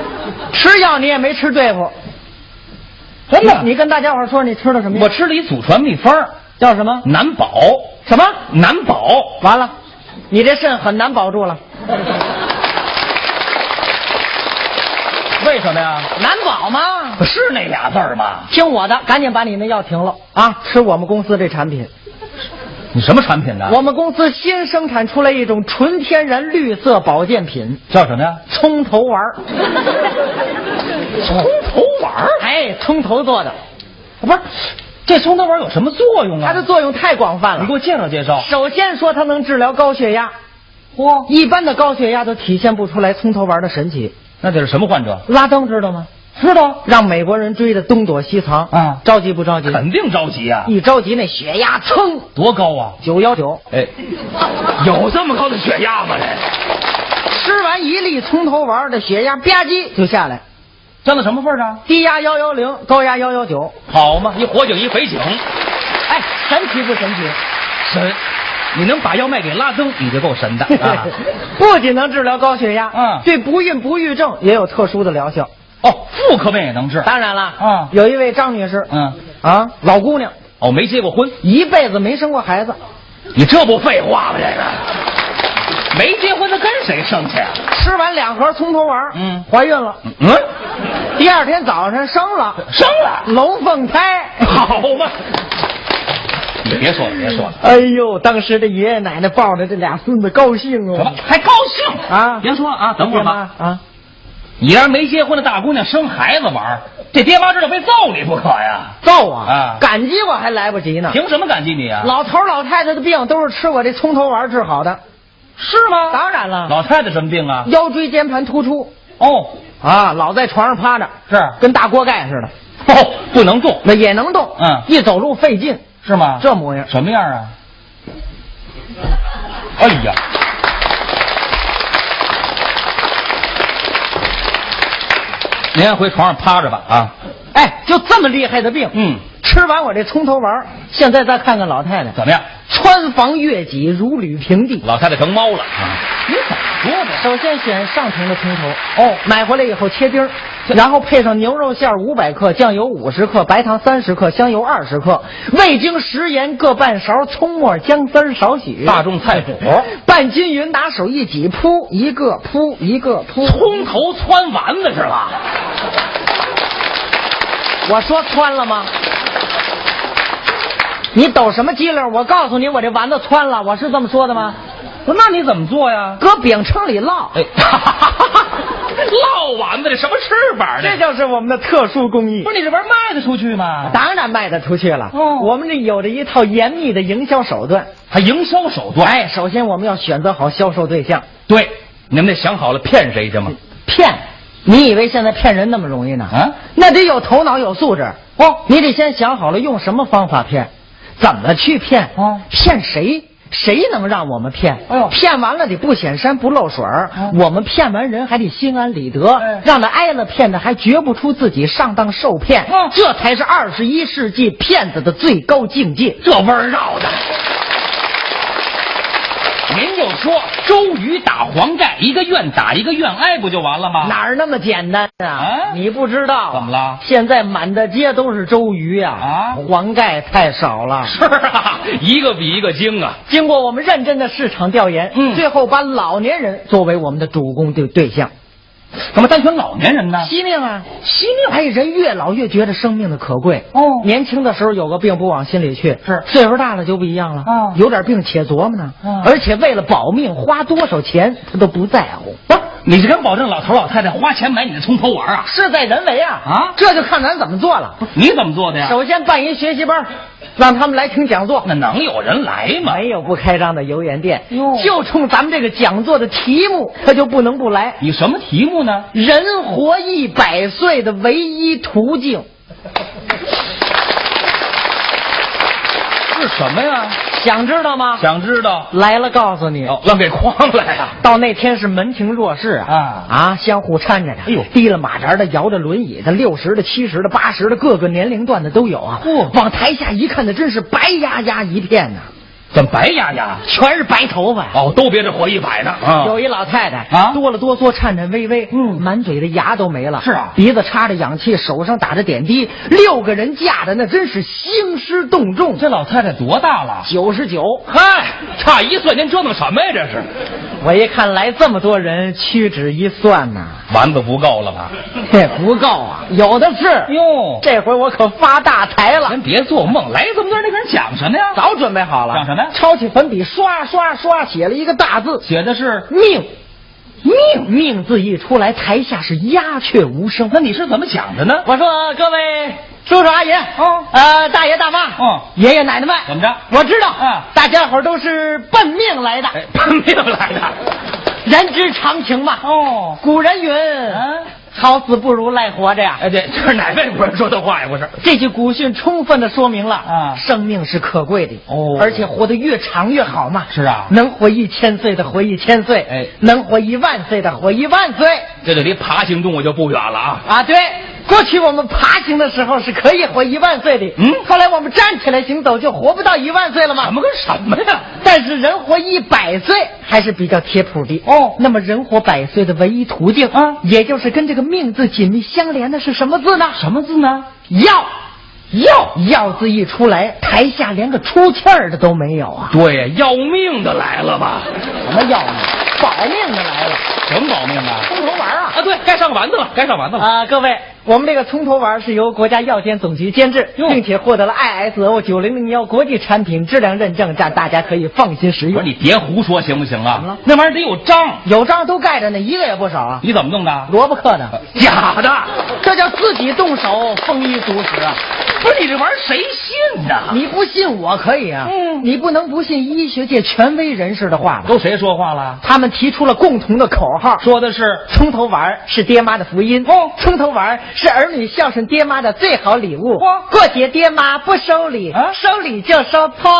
[SPEAKER 3] 吃药你也没吃对付，
[SPEAKER 4] 真的
[SPEAKER 3] 你你跟大家伙儿说你吃的什么药？
[SPEAKER 4] 我吃了一祖传秘方儿，
[SPEAKER 3] 叫什么？
[SPEAKER 4] 难保
[SPEAKER 3] 什么？
[SPEAKER 4] 难保。
[SPEAKER 3] 完了，你这肾很难保住了，
[SPEAKER 4] 为什么呀？
[SPEAKER 3] 难保吗？
[SPEAKER 4] 不是那俩字儿吗？
[SPEAKER 3] 听我的，赶紧把你那药停了啊！吃我们公司这产品，
[SPEAKER 4] 你什么产品呢？
[SPEAKER 3] 我们公司新生产出来一种纯天然绿色保健品
[SPEAKER 4] 叫什么呀
[SPEAKER 3] ——葱头丸儿。
[SPEAKER 4] 葱头丸儿。
[SPEAKER 3] 哎，葱头做的，
[SPEAKER 4] 不是，这葱头丸有什么作用啊？
[SPEAKER 3] 它的作用太广泛了。
[SPEAKER 4] 你给我介绍介绍。
[SPEAKER 3] 首先说它能治疗高血压，嚯，一般的高血压都体现不出来从头玩的神奇。
[SPEAKER 4] 那得是什么患者？
[SPEAKER 3] 拉登知道吗？
[SPEAKER 4] 知道，
[SPEAKER 3] 让美国人追得东躲西藏
[SPEAKER 4] 啊！
[SPEAKER 3] 着急不着急？
[SPEAKER 4] 肯定着急啊！
[SPEAKER 3] 一着急那血压噌
[SPEAKER 4] 多高啊？
[SPEAKER 3] 九幺九。
[SPEAKER 4] 哎，有这么高的血压吗？
[SPEAKER 3] 吃完一粒从头丸，这血压吧唧就下来，
[SPEAKER 4] 降到什么份上？
[SPEAKER 3] 低压幺幺零，高压幺幺九，
[SPEAKER 4] 好嘛，一火警一肥警。
[SPEAKER 3] 哎，神奇不神奇？
[SPEAKER 4] 神。你能把药卖给拉登，你就 够神的啊！
[SPEAKER 3] 不仅能治疗高血压，
[SPEAKER 4] 嗯，
[SPEAKER 3] 对不孕不育症也有特殊的疗效。
[SPEAKER 4] 哦，妇科病也能治？
[SPEAKER 3] 当然了，
[SPEAKER 4] 嗯，
[SPEAKER 3] 有一位张女士，
[SPEAKER 4] 嗯
[SPEAKER 3] 啊，老姑娘，
[SPEAKER 4] 哦，没结过婚，
[SPEAKER 3] 一辈子没生过孩子，
[SPEAKER 4] 你这不废话吗？这个没结婚的跟谁生去啊？
[SPEAKER 3] 吃完两盒葱头丸，
[SPEAKER 4] 嗯，
[SPEAKER 3] 怀孕了，
[SPEAKER 4] 嗯，
[SPEAKER 3] 第二天早上生了，
[SPEAKER 4] 生了
[SPEAKER 3] 龙凤胎，
[SPEAKER 4] 好嘛。你别说了，别说了。
[SPEAKER 3] 哎呦，当时这爷爷奶奶抱着这俩孙子高兴
[SPEAKER 4] 什么
[SPEAKER 3] 哦，
[SPEAKER 4] 还高兴
[SPEAKER 3] 啊
[SPEAKER 4] 别说了啊，等会儿吧。
[SPEAKER 3] 啊，
[SPEAKER 4] 你让没结婚的大姑娘生孩子玩儿，这爹妈知道非揍你不可呀！
[SPEAKER 3] 揍啊
[SPEAKER 4] 啊
[SPEAKER 3] 感激我还来不及呢。
[SPEAKER 4] 凭什么感激你啊？
[SPEAKER 3] 老头老太太的病都是吃我这葱头丸治好的，
[SPEAKER 4] 是吗？
[SPEAKER 3] 当然了，
[SPEAKER 4] 老太太什么病啊？
[SPEAKER 3] 腰椎间盘突出
[SPEAKER 4] 哦，
[SPEAKER 3] 啊，老在床上趴着，
[SPEAKER 4] 是
[SPEAKER 3] 跟大锅盖似的，
[SPEAKER 4] 哦，不能动，
[SPEAKER 3] 那也能动，
[SPEAKER 4] 嗯
[SPEAKER 3] 一走路费劲，
[SPEAKER 4] 是吗？
[SPEAKER 3] 这模样
[SPEAKER 4] 什么样啊？哎呀，您先回床上趴着吧啊！
[SPEAKER 3] 哎，就这么厉害的病，
[SPEAKER 4] 嗯，
[SPEAKER 3] 吃完我这葱头丸，现在再看看老太太
[SPEAKER 4] 怎么样？
[SPEAKER 3] 穿房越脊，如履平地。
[SPEAKER 4] 老太太成猫了啊！
[SPEAKER 3] 你怎么说的？首先选上乘的葱头，
[SPEAKER 4] 哦
[SPEAKER 3] 买回来以后切丁儿，然后配上牛肉馅五百克、酱油五十克、白糖三十克、香油二十克、味精、食盐各半勺、葱末、姜丝儿少许。
[SPEAKER 4] 大众菜 谱，
[SPEAKER 3] 拌均匀，拿手一挤，铺一个，铺一个，铺。
[SPEAKER 4] 葱头穿丸子是吧？
[SPEAKER 3] 我说穿了吗？你抖什么机灵？我告诉你，我这丸子穿了，我是这么说的吗？
[SPEAKER 4] 不是，那你怎么做呀？
[SPEAKER 3] 搁饼铛里烙，
[SPEAKER 4] 哎，烙丸子这什么吃法呢？
[SPEAKER 3] 这就是我们的特殊工艺
[SPEAKER 4] 不。是你这玩意儿卖得出去吗？
[SPEAKER 3] 当然卖得出去了。
[SPEAKER 4] 哦
[SPEAKER 3] 我们这有着一套严密的营销手段。
[SPEAKER 4] 还营销手段？
[SPEAKER 3] 哎，首先我们要选择好销售对象。
[SPEAKER 4] 对，你们得想好了骗谁去吗？
[SPEAKER 3] 嗯骗，你以为现在骗人那么容易呢？
[SPEAKER 4] 啊，
[SPEAKER 3] 那得有头脑有素质。
[SPEAKER 4] 哦
[SPEAKER 3] 你得先想好了用什么方法骗，怎么去骗，
[SPEAKER 4] 哦
[SPEAKER 3] 骗谁？谁能让我们骗？
[SPEAKER 4] 哎呦
[SPEAKER 3] 骗完了得不显山不漏水儿、
[SPEAKER 4] 啊
[SPEAKER 3] 我们骗完人还得心安理得，
[SPEAKER 4] 哎
[SPEAKER 3] 让他挨了骗的还觉不出自己上当受骗，
[SPEAKER 4] 哦
[SPEAKER 3] 这才是二十一世纪骗子的最高境界。
[SPEAKER 4] 这味儿绕 的。您就说周瑜打黄盖，一个愿打一个愿挨，不就完了吗？
[SPEAKER 3] 哪儿那么简单啊？
[SPEAKER 4] 啊
[SPEAKER 3] 你不知道啊
[SPEAKER 4] 怎么了
[SPEAKER 3] 现在满大街都是周瑜呀、
[SPEAKER 4] 啊
[SPEAKER 3] 黄盖太少了。
[SPEAKER 4] 是啊，一个比一个精啊！
[SPEAKER 3] 经过我们认真的市场调研，
[SPEAKER 4] 嗯
[SPEAKER 3] 最后把老年人作为我们的主攻对对象，
[SPEAKER 4] 怎么单选老年人呢？
[SPEAKER 3] 惜命啊，惜命！哎，人越老越觉得生命的可贵。
[SPEAKER 4] 哦
[SPEAKER 3] 年轻的时候有个病不往心里去，
[SPEAKER 4] 是
[SPEAKER 3] 岁数大了就不一样了。
[SPEAKER 4] 啊
[SPEAKER 3] 有点病且琢磨呢。
[SPEAKER 4] 啊
[SPEAKER 3] 而且为了保命，花多少钱他都不在乎。
[SPEAKER 4] 不是，你是敢保证老头老太太花钱买你的葱头丸啊？
[SPEAKER 3] 事在人为啊！
[SPEAKER 4] 啊
[SPEAKER 3] 这就看咱怎么做了。
[SPEAKER 4] 你怎么做的呀？
[SPEAKER 3] 首先办一学习班，让他们来听讲座。
[SPEAKER 4] 那能有人来吗？
[SPEAKER 3] 没有不开张的油盐店
[SPEAKER 4] 哟，
[SPEAKER 3] 就冲咱们这个讲座的题目，他就不能不来。
[SPEAKER 4] 你什么题目呢？
[SPEAKER 3] 人活一百岁的唯一途径，
[SPEAKER 4] 是什么呀？
[SPEAKER 3] 想知道吗？
[SPEAKER 4] 想知道？
[SPEAKER 3] 来了，告诉你。啊
[SPEAKER 4] 哦，愣给诓来了。
[SPEAKER 3] 到那天是门庭若市啊
[SPEAKER 4] 啊
[SPEAKER 3] 相互搀着的，
[SPEAKER 4] 哎呦
[SPEAKER 3] 提了马扎的，摇着轮椅的，六十的、七十的、八十的，各个年龄段的都有啊。
[SPEAKER 4] 嚯
[SPEAKER 3] 往台下一看，那真是白压压一片呐、
[SPEAKER 4] 怎么白牙牙？
[SPEAKER 3] 全是白头发呀。
[SPEAKER 4] 哦，都别这活一百呢啊！
[SPEAKER 3] 有一老太太
[SPEAKER 4] 啊
[SPEAKER 3] 哆了哆嗦，颤颤巍巍，
[SPEAKER 4] 嗯
[SPEAKER 3] 满嘴的牙都没了，
[SPEAKER 4] 是啊
[SPEAKER 3] 鼻子插着氧气，手上打着点滴，六个人架的那真是兴师动众，
[SPEAKER 4] 这老太太多大了？
[SPEAKER 3] 九十九。
[SPEAKER 4] 嗨，哎差一岁，您折腾什么呀？这是
[SPEAKER 3] 我一看来这么多人，屈指一算呐、
[SPEAKER 4] 丸子不够了吧？
[SPEAKER 3] 这不够啊，有的是。
[SPEAKER 4] 哟，
[SPEAKER 3] 这回我可发大财了
[SPEAKER 4] 您，别做梦，来这么多人，你给人讲什么呀？
[SPEAKER 3] 早准备好了。
[SPEAKER 4] 讲什么呀
[SPEAKER 3] 抄起粉笔，刷刷刷写了一个大字
[SPEAKER 4] 写的是
[SPEAKER 3] “命”。命命字一出来，台下是鸦雀无声。
[SPEAKER 4] 那你是怎么讲的呢？
[SPEAKER 3] 我说各位叔叔阿姨，
[SPEAKER 4] 哦，
[SPEAKER 3] 呃，大爷大妈，
[SPEAKER 4] 哦，
[SPEAKER 3] 爷爷奶奶们，
[SPEAKER 4] 怎么着？
[SPEAKER 3] 我知道，
[SPEAKER 4] 啊，哎
[SPEAKER 3] 大家伙儿都是奔命来的，
[SPEAKER 4] 奔命来的，
[SPEAKER 3] 人之常情嘛。
[SPEAKER 4] 哦，啊
[SPEAKER 3] 古人云，嗯，好死不如赖活着呀。
[SPEAKER 4] 哎，对，这是哪位古人说的话呀？不是，
[SPEAKER 3] 这句古训充分的说明了，
[SPEAKER 4] 啊
[SPEAKER 3] 生命是可贵的，
[SPEAKER 4] 哦
[SPEAKER 3] 而且活得越长越好嘛。
[SPEAKER 4] 是啊
[SPEAKER 3] 能活一千岁的活一千岁，
[SPEAKER 4] 哎
[SPEAKER 3] 能活一万岁的活一万岁。
[SPEAKER 4] 这就离爬行动物就不远了啊。
[SPEAKER 3] 啊，对，过去我们爬行的时候是可以活一万岁的，
[SPEAKER 4] 嗯
[SPEAKER 3] 后来我们站起来行走就活不到一万岁了嘛。
[SPEAKER 4] 什么跟什么呀？
[SPEAKER 3] 但是人活一百岁还是比较贴谱的
[SPEAKER 4] 哦
[SPEAKER 3] 那么人活百岁的唯一途径
[SPEAKER 4] 啊
[SPEAKER 3] 也就是跟这个命字紧密相连的是什么字呢？
[SPEAKER 4] 什么字呢？
[SPEAKER 3] 要，要，要字一出来，台下连个出气儿的都没有啊！
[SPEAKER 4] 对呀，要命的来了吧？
[SPEAKER 3] 什么要呢？保命的来了，
[SPEAKER 4] 什么保命啊？
[SPEAKER 3] 葱头丸啊！
[SPEAKER 4] 啊，对该上丸子了，该上丸子了。
[SPEAKER 3] 啊，各位，我们这个葱头丸是由国家药监总局监制，
[SPEAKER 4] 哟
[SPEAKER 3] 并且获得了 ISO 九零零幺国际产品质量认证，让大家可以放心食
[SPEAKER 4] 不是
[SPEAKER 3] 用。
[SPEAKER 4] 你别胡说行不行
[SPEAKER 3] 么
[SPEAKER 4] 啊
[SPEAKER 3] 了？
[SPEAKER 4] 那玩意儿得有章，
[SPEAKER 3] 有章都盖着呢，一个也不少啊。
[SPEAKER 4] 你怎么弄的？
[SPEAKER 3] 萝卜刻的，
[SPEAKER 4] 假的！
[SPEAKER 3] 这叫自己动手丰衣足食啊！
[SPEAKER 4] 不是你这玩意儿谁信呐？
[SPEAKER 3] 你不信我可以啊，
[SPEAKER 4] 嗯
[SPEAKER 3] 你不能不信医学界权威人士的话吧？
[SPEAKER 4] 都谁说话了？
[SPEAKER 3] 他们提出了共同的口号，
[SPEAKER 4] 说的是
[SPEAKER 3] 葱头丸儿是爹妈的福音，
[SPEAKER 4] 哦
[SPEAKER 3] 葱头丸儿是儿女孝顺爹妈的最好礼物。
[SPEAKER 4] 哦
[SPEAKER 3] 过节爹妈不收礼，
[SPEAKER 4] 啊
[SPEAKER 3] 收礼就收葱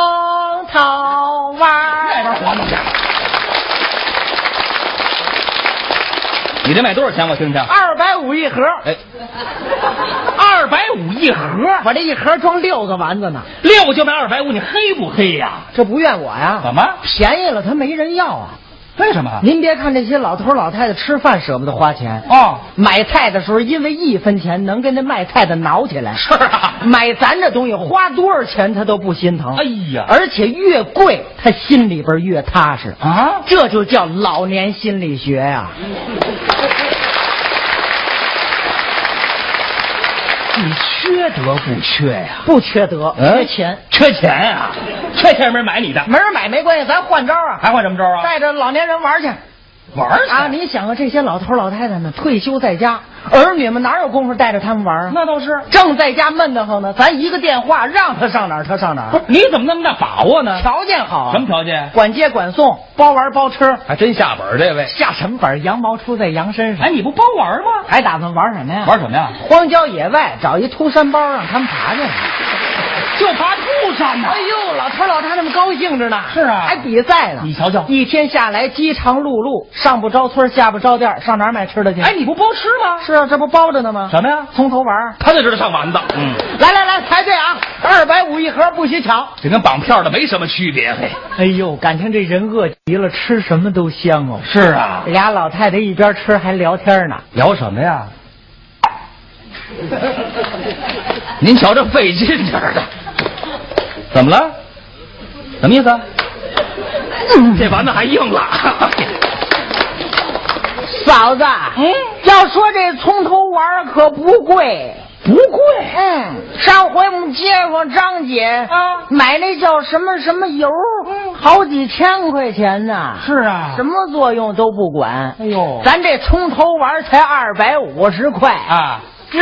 [SPEAKER 3] 头丸儿。
[SPEAKER 4] 那边黄不去。你这卖多少钱？我听听。
[SPEAKER 3] 二百五一盒，
[SPEAKER 4] 哎，二百五一盒，
[SPEAKER 3] 我这一盒装六个丸子呢，
[SPEAKER 4] 六就卖二百五，你黑不黑呀？
[SPEAKER 3] 这不怨我呀？
[SPEAKER 4] 怎么？
[SPEAKER 3] 便宜了他没人要啊？
[SPEAKER 4] 为什么？
[SPEAKER 3] 您别看这些老头老太太吃饭舍不得花钱，
[SPEAKER 4] 哦，
[SPEAKER 3] 买菜的时候因为一分钱能跟那卖菜的挠起来，
[SPEAKER 4] 是啊
[SPEAKER 3] 买咱这东西花多少钱他都不心疼，
[SPEAKER 4] 哎呀
[SPEAKER 3] 而且越贵他心里边越踏实，
[SPEAKER 4] 啊，
[SPEAKER 3] 这就叫老年心理学呀、
[SPEAKER 4] 你缺德不缺呀？嗯
[SPEAKER 3] 不缺德，缺钱，
[SPEAKER 4] 缺钱啊呀、缺钱没人买你的，
[SPEAKER 3] 没人买没关系，咱换招啊，
[SPEAKER 4] 还换什么招啊？
[SPEAKER 3] 带着老年人玩去。
[SPEAKER 4] 玩儿去
[SPEAKER 3] 啊！你想啊，这些老头老太太们退休在家，儿女们哪有功夫带着他们玩啊？
[SPEAKER 4] 那倒是。
[SPEAKER 3] 正在家闷得慌呢，咱一个电话让他上哪儿他上哪
[SPEAKER 4] 不
[SPEAKER 3] 儿
[SPEAKER 4] 是，你怎么那么大把握呢？
[SPEAKER 3] 条件好啊，
[SPEAKER 4] 什么条件
[SPEAKER 3] 管接管送，包玩包吃，
[SPEAKER 4] 还真下本儿这位。
[SPEAKER 3] 下什么本儿？羊毛出在羊身上。
[SPEAKER 4] 哎，你不包玩儿吗？
[SPEAKER 3] 还打算玩什么呀？
[SPEAKER 4] 玩什么呀？
[SPEAKER 3] 荒郊野外找一秃山包让他们爬去。
[SPEAKER 4] 就爬兔山呐
[SPEAKER 3] 哎呦，老头老太太们高兴着呢。
[SPEAKER 4] 是啊
[SPEAKER 3] 还比赛呢。
[SPEAKER 4] 你瞧瞧
[SPEAKER 3] 一天下来饥肠辘辘，上不着村下不着店，上哪儿买吃的去？
[SPEAKER 4] 哎，你不包吃吗？
[SPEAKER 3] 是啊，这不包着呢吗？
[SPEAKER 4] 什么呀
[SPEAKER 3] 葱头丸儿。
[SPEAKER 4] 他就知道上丸子，嗯，
[SPEAKER 3] 来来来，排队啊！二百五一盒，不许抢。
[SPEAKER 4] 这跟绑票的没什么区别。嘿，
[SPEAKER 3] 哎呦，感情这人饿极了，吃什么都香哦。
[SPEAKER 4] 是啊，
[SPEAKER 3] 俩老太太一边吃还聊天呢。
[SPEAKER 4] 聊什么呀？您瞧这费劲点儿的，怎么了？什么意思？啊
[SPEAKER 3] 嗯
[SPEAKER 4] 这丸子还硬了。
[SPEAKER 3] 嫂子，
[SPEAKER 4] 嗯
[SPEAKER 3] 要说这葱头丸儿可不贵。
[SPEAKER 4] 不贵
[SPEAKER 3] 嗯，上回我们街坊张姐
[SPEAKER 4] 啊
[SPEAKER 3] 买那叫什么什么油，嗯，好几千块钱呢。
[SPEAKER 4] 是啊
[SPEAKER 3] 什么作用都不管。
[SPEAKER 4] 哎呦
[SPEAKER 3] 咱这葱头丸儿才二百五十块，
[SPEAKER 4] 啊，
[SPEAKER 3] 值。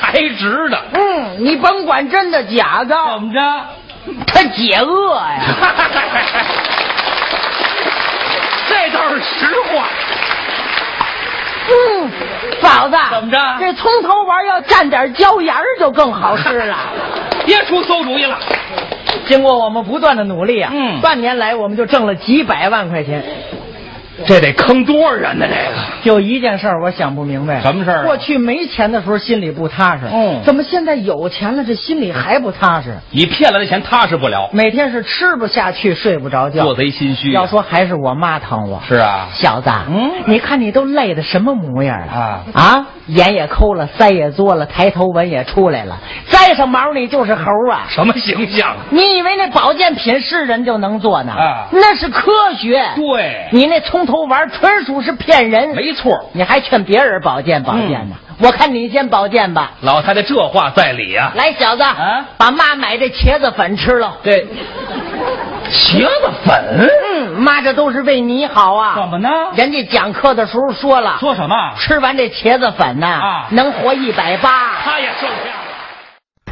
[SPEAKER 4] 还值的。
[SPEAKER 3] 嗯，你甭管真的假的，
[SPEAKER 4] 怎么着？
[SPEAKER 3] 他解饿呀。
[SPEAKER 4] 这倒是实话。
[SPEAKER 3] 嗯，嫂子，
[SPEAKER 4] 怎么着
[SPEAKER 3] 这葱头丸要蘸点椒盐儿就更好吃了。
[SPEAKER 4] 别出馊主意了。
[SPEAKER 3] 经过我们不断的努力啊，
[SPEAKER 4] 嗯
[SPEAKER 3] 半年来我们就挣了几百万块钱。
[SPEAKER 4] 这得坑多少人呢？这个
[SPEAKER 3] 就一件事儿，我想不明白，
[SPEAKER 4] 什么事儿啊
[SPEAKER 3] 过去没钱的时候心里不踏实，
[SPEAKER 4] 嗯
[SPEAKER 3] 怎么现在有钱了，这心里还不踏实？
[SPEAKER 4] 你骗来的钱踏实不了，
[SPEAKER 3] 每天是吃不下去，睡不着觉，
[SPEAKER 4] 做贼心虚。
[SPEAKER 3] 要说还是我妈疼我。
[SPEAKER 4] 是啊，
[SPEAKER 3] 小子，
[SPEAKER 4] 嗯
[SPEAKER 3] 你看你都累的什么模样了
[SPEAKER 4] 啊
[SPEAKER 3] 啊！眼也抠了，腮也作了，抬头纹也出来了，栽上毛你就是猴啊！
[SPEAKER 4] 什么形象？
[SPEAKER 3] 你以为那保健品是人就能做呢？
[SPEAKER 4] 啊
[SPEAKER 3] 那是科学。
[SPEAKER 4] 对
[SPEAKER 3] 你那葱头丸纯属是骗人。
[SPEAKER 4] 没错，嗯
[SPEAKER 3] 你还劝别人保健保健呢？我看你先保健吧。
[SPEAKER 4] 老太太这话在理啊。
[SPEAKER 3] 来，小子，
[SPEAKER 4] 啊
[SPEAKER 3] 把妈买这茄子粉吃了。
[SPEAKER 4] 这茄子粉
[SPEAKER 3] 嗯，妈这都是为你好啊。
[SPEAKER 4] 怎么呢
[SPEAKER 3] 人家讲课的时候说了，
[SPEAKER 4] 说什么？
[SPEAKER 3] 吃完这茄子粉呐、
[SPEAKER 4] 啊
[SPEAKER 3] 能活一百八。
[SPEAKER 4] 他也受骗了。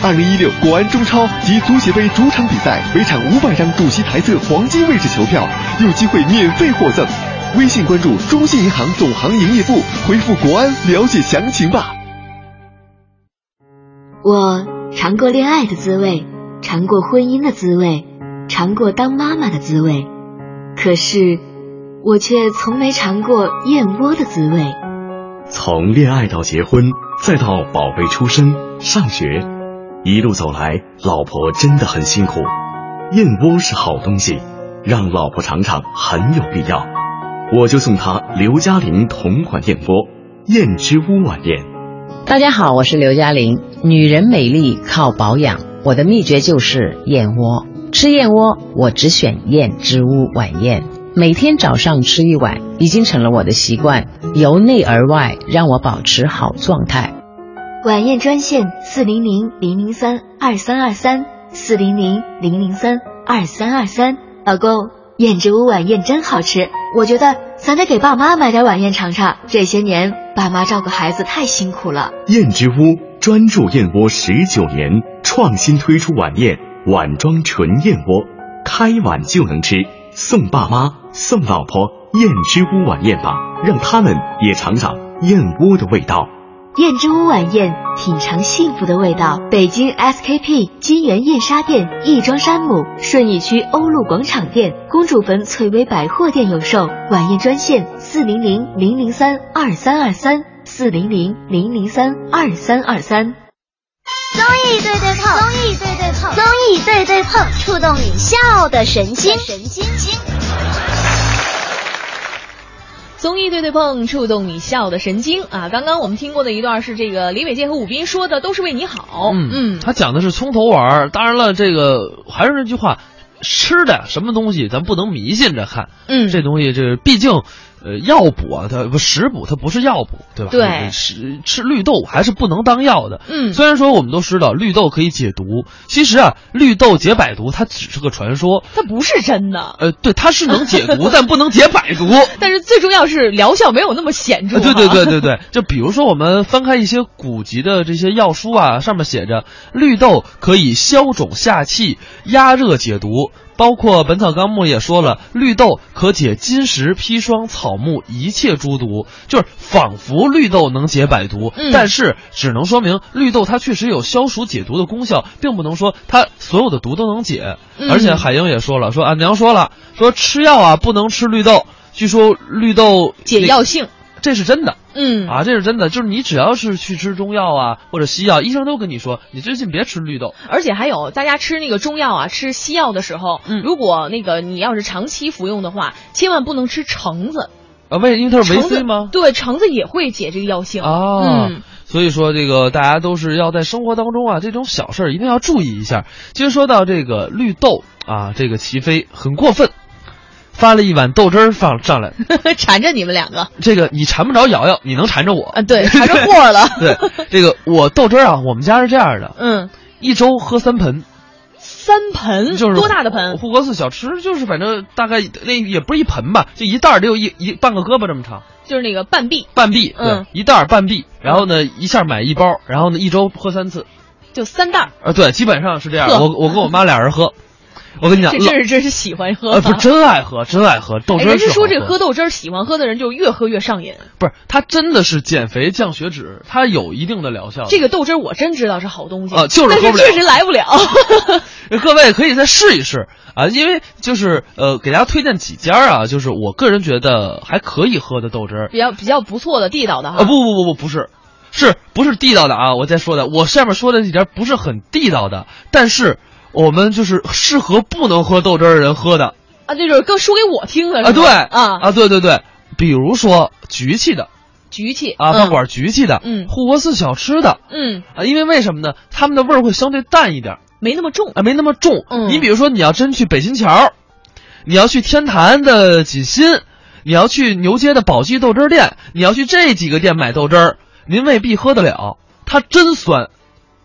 [SPEAKER 5] 二零一六国安中超及足协杯主场比赛，每场五百张主席台侧黄金位置球票，有机会免费获赠。微信关注中信银行总行营业部，回复“国安”了解详情吧。
[SPEAKER 10] 我尝过恋爱的滋味，尝过婚姻的滋味，尝过当妈妈的滋味，可是我却从没尝过燕窝的滋味。
[SPEAKER 11] 从恋爱到结婚，再到宝贝出生、上学，一路走来，老婆真的很辛苦。燕窝是好东西，让老婆尝尝很有必要。我就送她刘嘉玲同款燕窝，燕之屋晚宴。
[SPEAKER 7] 大家好，我是刘嘉玲。女人美丽靠保养，我的秘诀就是燕窝。吃燕窝，我只选燕之屋晚宴，每天早上吃一碗，已经成了我的习惯，由内而外让我保持好状态。
[SPEAKER 10] 晚宴专线四零零零零三二三二三四零零零零三二三二三，老公，燕之屋晚宴真好吃，我觉得咱得给爸妈买点晚宴尝尝。这些年爸妈照顾孩子太辛苦了。
[SPEAKER 11] 燕之屋专注燕窝十九年，创新推出晚宴碗装纯燕窝，开碗就能吃，送爸妈送老婆燕之屋晚宴吧，让他们也尝尝燕窝的味道。
[SPEAKER 10] 燕之屋晚宴，品尝幸福的味道。北京 SKP 金源燕莎店、亦庄山姆、顺义区欧陆广场店、公主坟翠微百货店有售。晚宴专线：四零零零零三二三二三，四零零零零三二三二三。
[SPEAKER 12] 综艺对对碰，综艺对对碰，综艺对对碰，触动你笑的神经，神经经。
[SPEAKER 2] 综艺对对碰，触动你笑的神经啊！刚刚我们听过的一段是这个李伟健和武斌说的，都是为你好。
[SPEAKER 1] 嗯嗯，他讲的是从头玩儿。当然了，这个还是那句话，吃的什么东西咱不能迷信着看。
[SPEAKER 2] 嗯，
[SPEAKER 1] 这东西这毕竟，呃，药补啊，它不食补，它不是药补，对吧？
[SPEAKER 2] 对
[SPEAKER 1] 吃吃绿豆还是不能当药的。
[SPEAKER 2] 嗯
[SPEAKER 1] 虽然说我们都知道绿豆可以解毒，其实啊，绿豆解百毒它只是个传说。
[SPEAKER 2] 它不是真 的，
[SPEAKER 1] 呃，对，它是能解毒，但不能解百毒。
[SPEAKER 2] 但是最重要是疗效没有那么显著、
[SPEAKER 1] 呃
[SPEAKER 2] 啊。
[SPEAKER 1] 对对对对对，就比如说我们翻开一些古籍的这些药书啊，上面写着绿豆可以消肿下气、压热解毒。包括《本草纲目》也说了，绿豆可解金石、砒霜、草木一切诸毒，就是仿佛绿豆能解百毒，
[SPEAKER 2] 嗯
[SPEAKER 1] 但是只能说明绿豆它确实有消暑解毒的功效，并不能说它所有的毒都能解。
[SPEAKER 2] 嗯
[SPEAKER 1] 而且海英也说了，说俺啊娘说了，说吃药啊不能吃绿豆，据说绿豆
[SPEAKER 2] 解
[SPEAKER 1] 那
[SPEAKER 2] 药性。
[SPEAKER 1] 这是真的。
[SPEAKER 2] 嗯
[SPEAKER 1] 啊，这是真的，就是你只要是去吃中药啊或者西药，医生都跟你说，你最近别吃绿豆。
[SPEAKER 2] 而且还有，大家吃那个中药啊，吃西药的时候，
[SPEAKER 1] 嗯
[SPEAKER 2] 如果那个你要是长期服用的话，千万不能吃橙子。
[SPEAKER 1] 啊，为因为它是维
[SPEAKER 2] 橙
[SPEAKER 1] C
[SPEAKER 2] 子
[SPEAKER 1] 吗？？
[SPEAKER 2] 对，橙子也会解这个药性。
[SPEAKER 1] 啊，
[SPEAKER 2] 嗯，
[SPEAKER 1] 所以说这个大家都是要在生活当中啊，这种小事儿一定要注意一下。其实说到这个绿豆啊，这个齐飞很过分，发了一碗豆汁儿放上来，
[SPEAKER 2] 缠着你们两个
[SPEAKER 1] 这个你缠不着瑶瑶，你能缠着我。
[SPEAKER 2] 啊，对，缠着货了
[SPEAKER 1] 对，这个我豆汁儿啊，我们家是这样的，
[SPEAKER 2] 嗯，
[SPEAKER 1] 一周喝三盆。
[SPEAKER 2] 三盆
[SPEAKER 1] 就是
[SPEAKER 2] 多大的盆？
[SPEAKER 1] 护国寺小吃就是反正大概那也不是一盆吧，就一袋儿得有一一半个胳膊这么长，
[SPEAKER 2] 就是那个半壁，
[SPEAKER 1] 半臂，对，
[SPEAKER 2] 嗯
[SPEAKER 1] 一袋儿半臂，然后呢一下买一包，然后呢一周喝三次，
[SPEAKER 2] 就三袋儿。
[SPEAKER 1] 啊，对，基本上是这样。
[SPEAKER 2] 呵
[SPEAKER 1] 我我跟我妈俩人喝，我跟你讲，
[SPEAKER 2] 这真是真是喜欢喝、
[SPEAKER 1] 呃，不是真爱喝，真爱喝豆
[SPEAKER 2] 哎，
[SPEAKER 1] 汁儿
[SPEAKER 2] 人
[SPEAKER 1] 是
[SPEAKER 2] 家
[SPEAKER 1] 好
[SPEAKER 2] 说这个喝
[SPEAKER 1] 喝
[SPEAKER 2] 豆汁儿，喜欢喝的人就越喝越上瘾。
[SPEAKER 1] 不是，它真的是减肥降血脂，它有一定的疗效的。
[SPEAKER 2] 这个豆汁儿我真知道是好东西
[SPEAKER 1] 啊就是喝
[SPEAKER 2] 但
[SPEAKER 1] 不
[SPEAKER 2] 是
[SPEAKER 1] 了
[SPEAKER 2] 确实来不了。
[SPEAKER 1] 各位可以再试一试啊，因为就是呃，给大家推荐几家啊，就是我个人觉得还可以喝的豆汁儿
[SPEAKER 2] 比较比较不错的地道的哈。
[SPEAKER 1] 啊，不不不不不是，是不是地道的啊？我再说的，我下面说的几家不是很地道的，但是我们就是适合不能喝豆汁儿的人喝的。
[SPEAKER 2] 啊，这就是更说给我听的
[SPEAKER 1] 啊，
[SPEAKER 2] 是
[SPEAKER 1] 对
[SPEAKER 2] 吧啊，
[SPEAKER 1] 啊，对对对，比如说局气的
[SPEAKER 2] 局气
[SPEAKER 1] 啊，
[SPEAKER 2] 嗯
[SPEAKER 1] 饭馆局气的，
[SPEAKER 2] 嗯
[SPEAKER 1] 护国寺小吃的
[SPEAKER 2] 嗯
[SPEAKER 1] 啊，因为为什么呢？他们的味儿会相对淡一点，
[SPEAKER 2] 没那么重嗯
[SPEAKER 1] 啊，没那么重。你比如说，你要真去北新桥，你要去天坛的锦新，你要去牛街的宝记豆汁儿店，你要去这几个店买豆汁儿，您未必喝得了，它真酸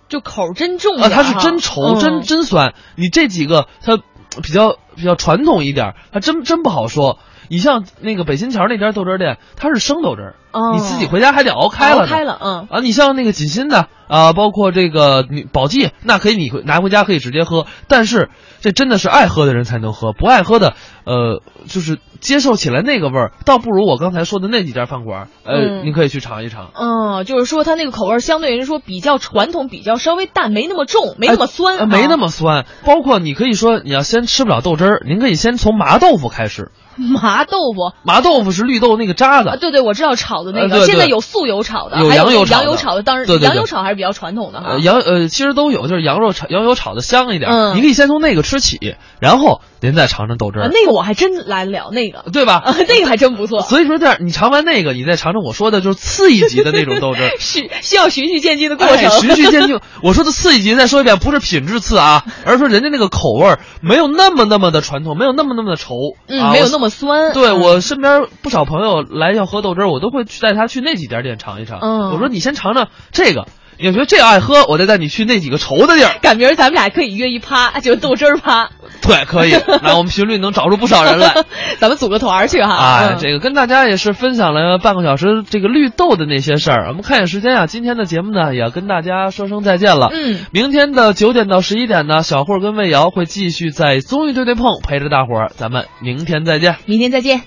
[SPEAKER 2] 就口儿真重
[SPEAKER 1] 啊，
[SPEAKER 2] 点
[SPEAKER 1] 它
[SPEAKER 2] 儿
[SPEAKER 1] 是
[SPEAKER 2] 哈
[SPEAKER 1] 真稠，
[SPEAKER 2] 嗯
[SPEAKER 1] 真真酸。你这几个它比较比较传统一点儿，还真真不好说。你像那个北新桥那家豆汁儿店，它是生豆汁儿，
[SPEAKER 2] 哦
[SPEAKER 1] 你自己回家还得熬开了呢。
[SPEAKER 2] 熬开了嗯
[SPEAKER 1] 啊，你像那个锦新的啊、包括这个你宝记，那可以你拿回家可以直接喝，但是这真的是爱喝的人才能喝，不爱喝的，呃，就是接受起来那个味儿，倒不如我刚才说的那几家饭馆儿，呃，
[SPEAKER 2] 嗯
[SPEAKER 1] 您可以去尝一尝。
[SPEAKER 2] 嗯，就是说它那个口味儿相对于说比较传统，比较稍微淡，没那么重，没那么酸，啊
[SPEAKER 1] 呃没那
[SPEAKER 2] 么
[SPEAKER 1] 么酸，包括你可以说你要先吃不了豆汁儿，您可以先从麻豆腐开始。
[SPEAKER 2] 麻豆腐。
[SPEAKER 1] 麻豆腐是绿豆那个渣子，
[SPEAKER 2] 啊，对对，我知道炒的那
[SPEAKER 1] 呃
[SPEAKER 2] 个，
[SPEAKER 1] 对对
[SPEAKER 2] 现在有素油炒的，
[SPEAKER 1] 有
[SPEAKER 2] 还
[SPEAKER 1] 羊油
[SPEAKER 2] 有
[SPEAKER 1] 炒的
[SPEAKER 2] 羊油炒的，当然
[SPEAKER 1] 对对对
[SPEAKER 2] 羊油炒还是比较传统的哈
[SPEAKER 1] 呃，。羊呃，其实都有，就是羊肉炒羊油炒的香一点儿，
[SPEAKER 2] 嗯
[SPEAKER 1] 你可以先从那个吃起，然后您再尝尝豆汁儿、
[SPEAKER 2] 啊，那个我还真来得了，那个
[SPEAKER 1] 对吧？
[SPEAKER 2] 啊，那个还真不错，。
[SPEAKER 1] 所以说这样，你尝完那个，你再尝尝我说的就是次一级的那种豆汁儿
[SPEAKER 2] 是需要循序渐进的过
[SPEAKER 1] 哎
[SPEAKER 2] 程，
[SPEAKER 1] 循序渐进。我说的次一级，再说一遍，不是品质次啊，而是说人家那个口味儿没有那么那么的传统，没有那么那么的稠，
[SPEAKER 2] 嗯
[SPEAKER 1] 啊
[SPEAKER 2] 没有
[SPEAKER 1] 我
[SPEAKER 2] 那么 酸
[SPEAKER 1] 对
[SPEAKER 2] 嗯
[SPEAKER 1] 我身边不少朋友来要喝豆汁儿，我都会去带他去那几家店尝一尝。
[SPEAKER 2] 嗯
[SPEAKER 1] 我说你先尝尝这个，你要觉得这爱喝，我再带你去那几个稠的地儿。
[SPEAKER 2] 赶明儿咱们俩可以约一趴，就是豆汁儿趴，
[SPEAKER 1] 对，可以。那我们频率能找出不少人来。
[SPEAKER 2] 咱们组个团儿去哈。
[SPEAKER 1] 哎
[SPEAKER 2] 嗯，
[SPEAKER 1] 这个跟大家也是分享了半个小时这个绿豆的那些事儿。我们看一眼时间啊，今天的节目呢也要跟大家说声再见了。
[SPEAKER 2] 嗯，
[SPEAKER 1] 明天的九点到十一点呢，小霍跟魏瑶会继续在综艺对对碰陪着大伙儿。咱们明天再见。
[SPEAKER 2] 明天再见。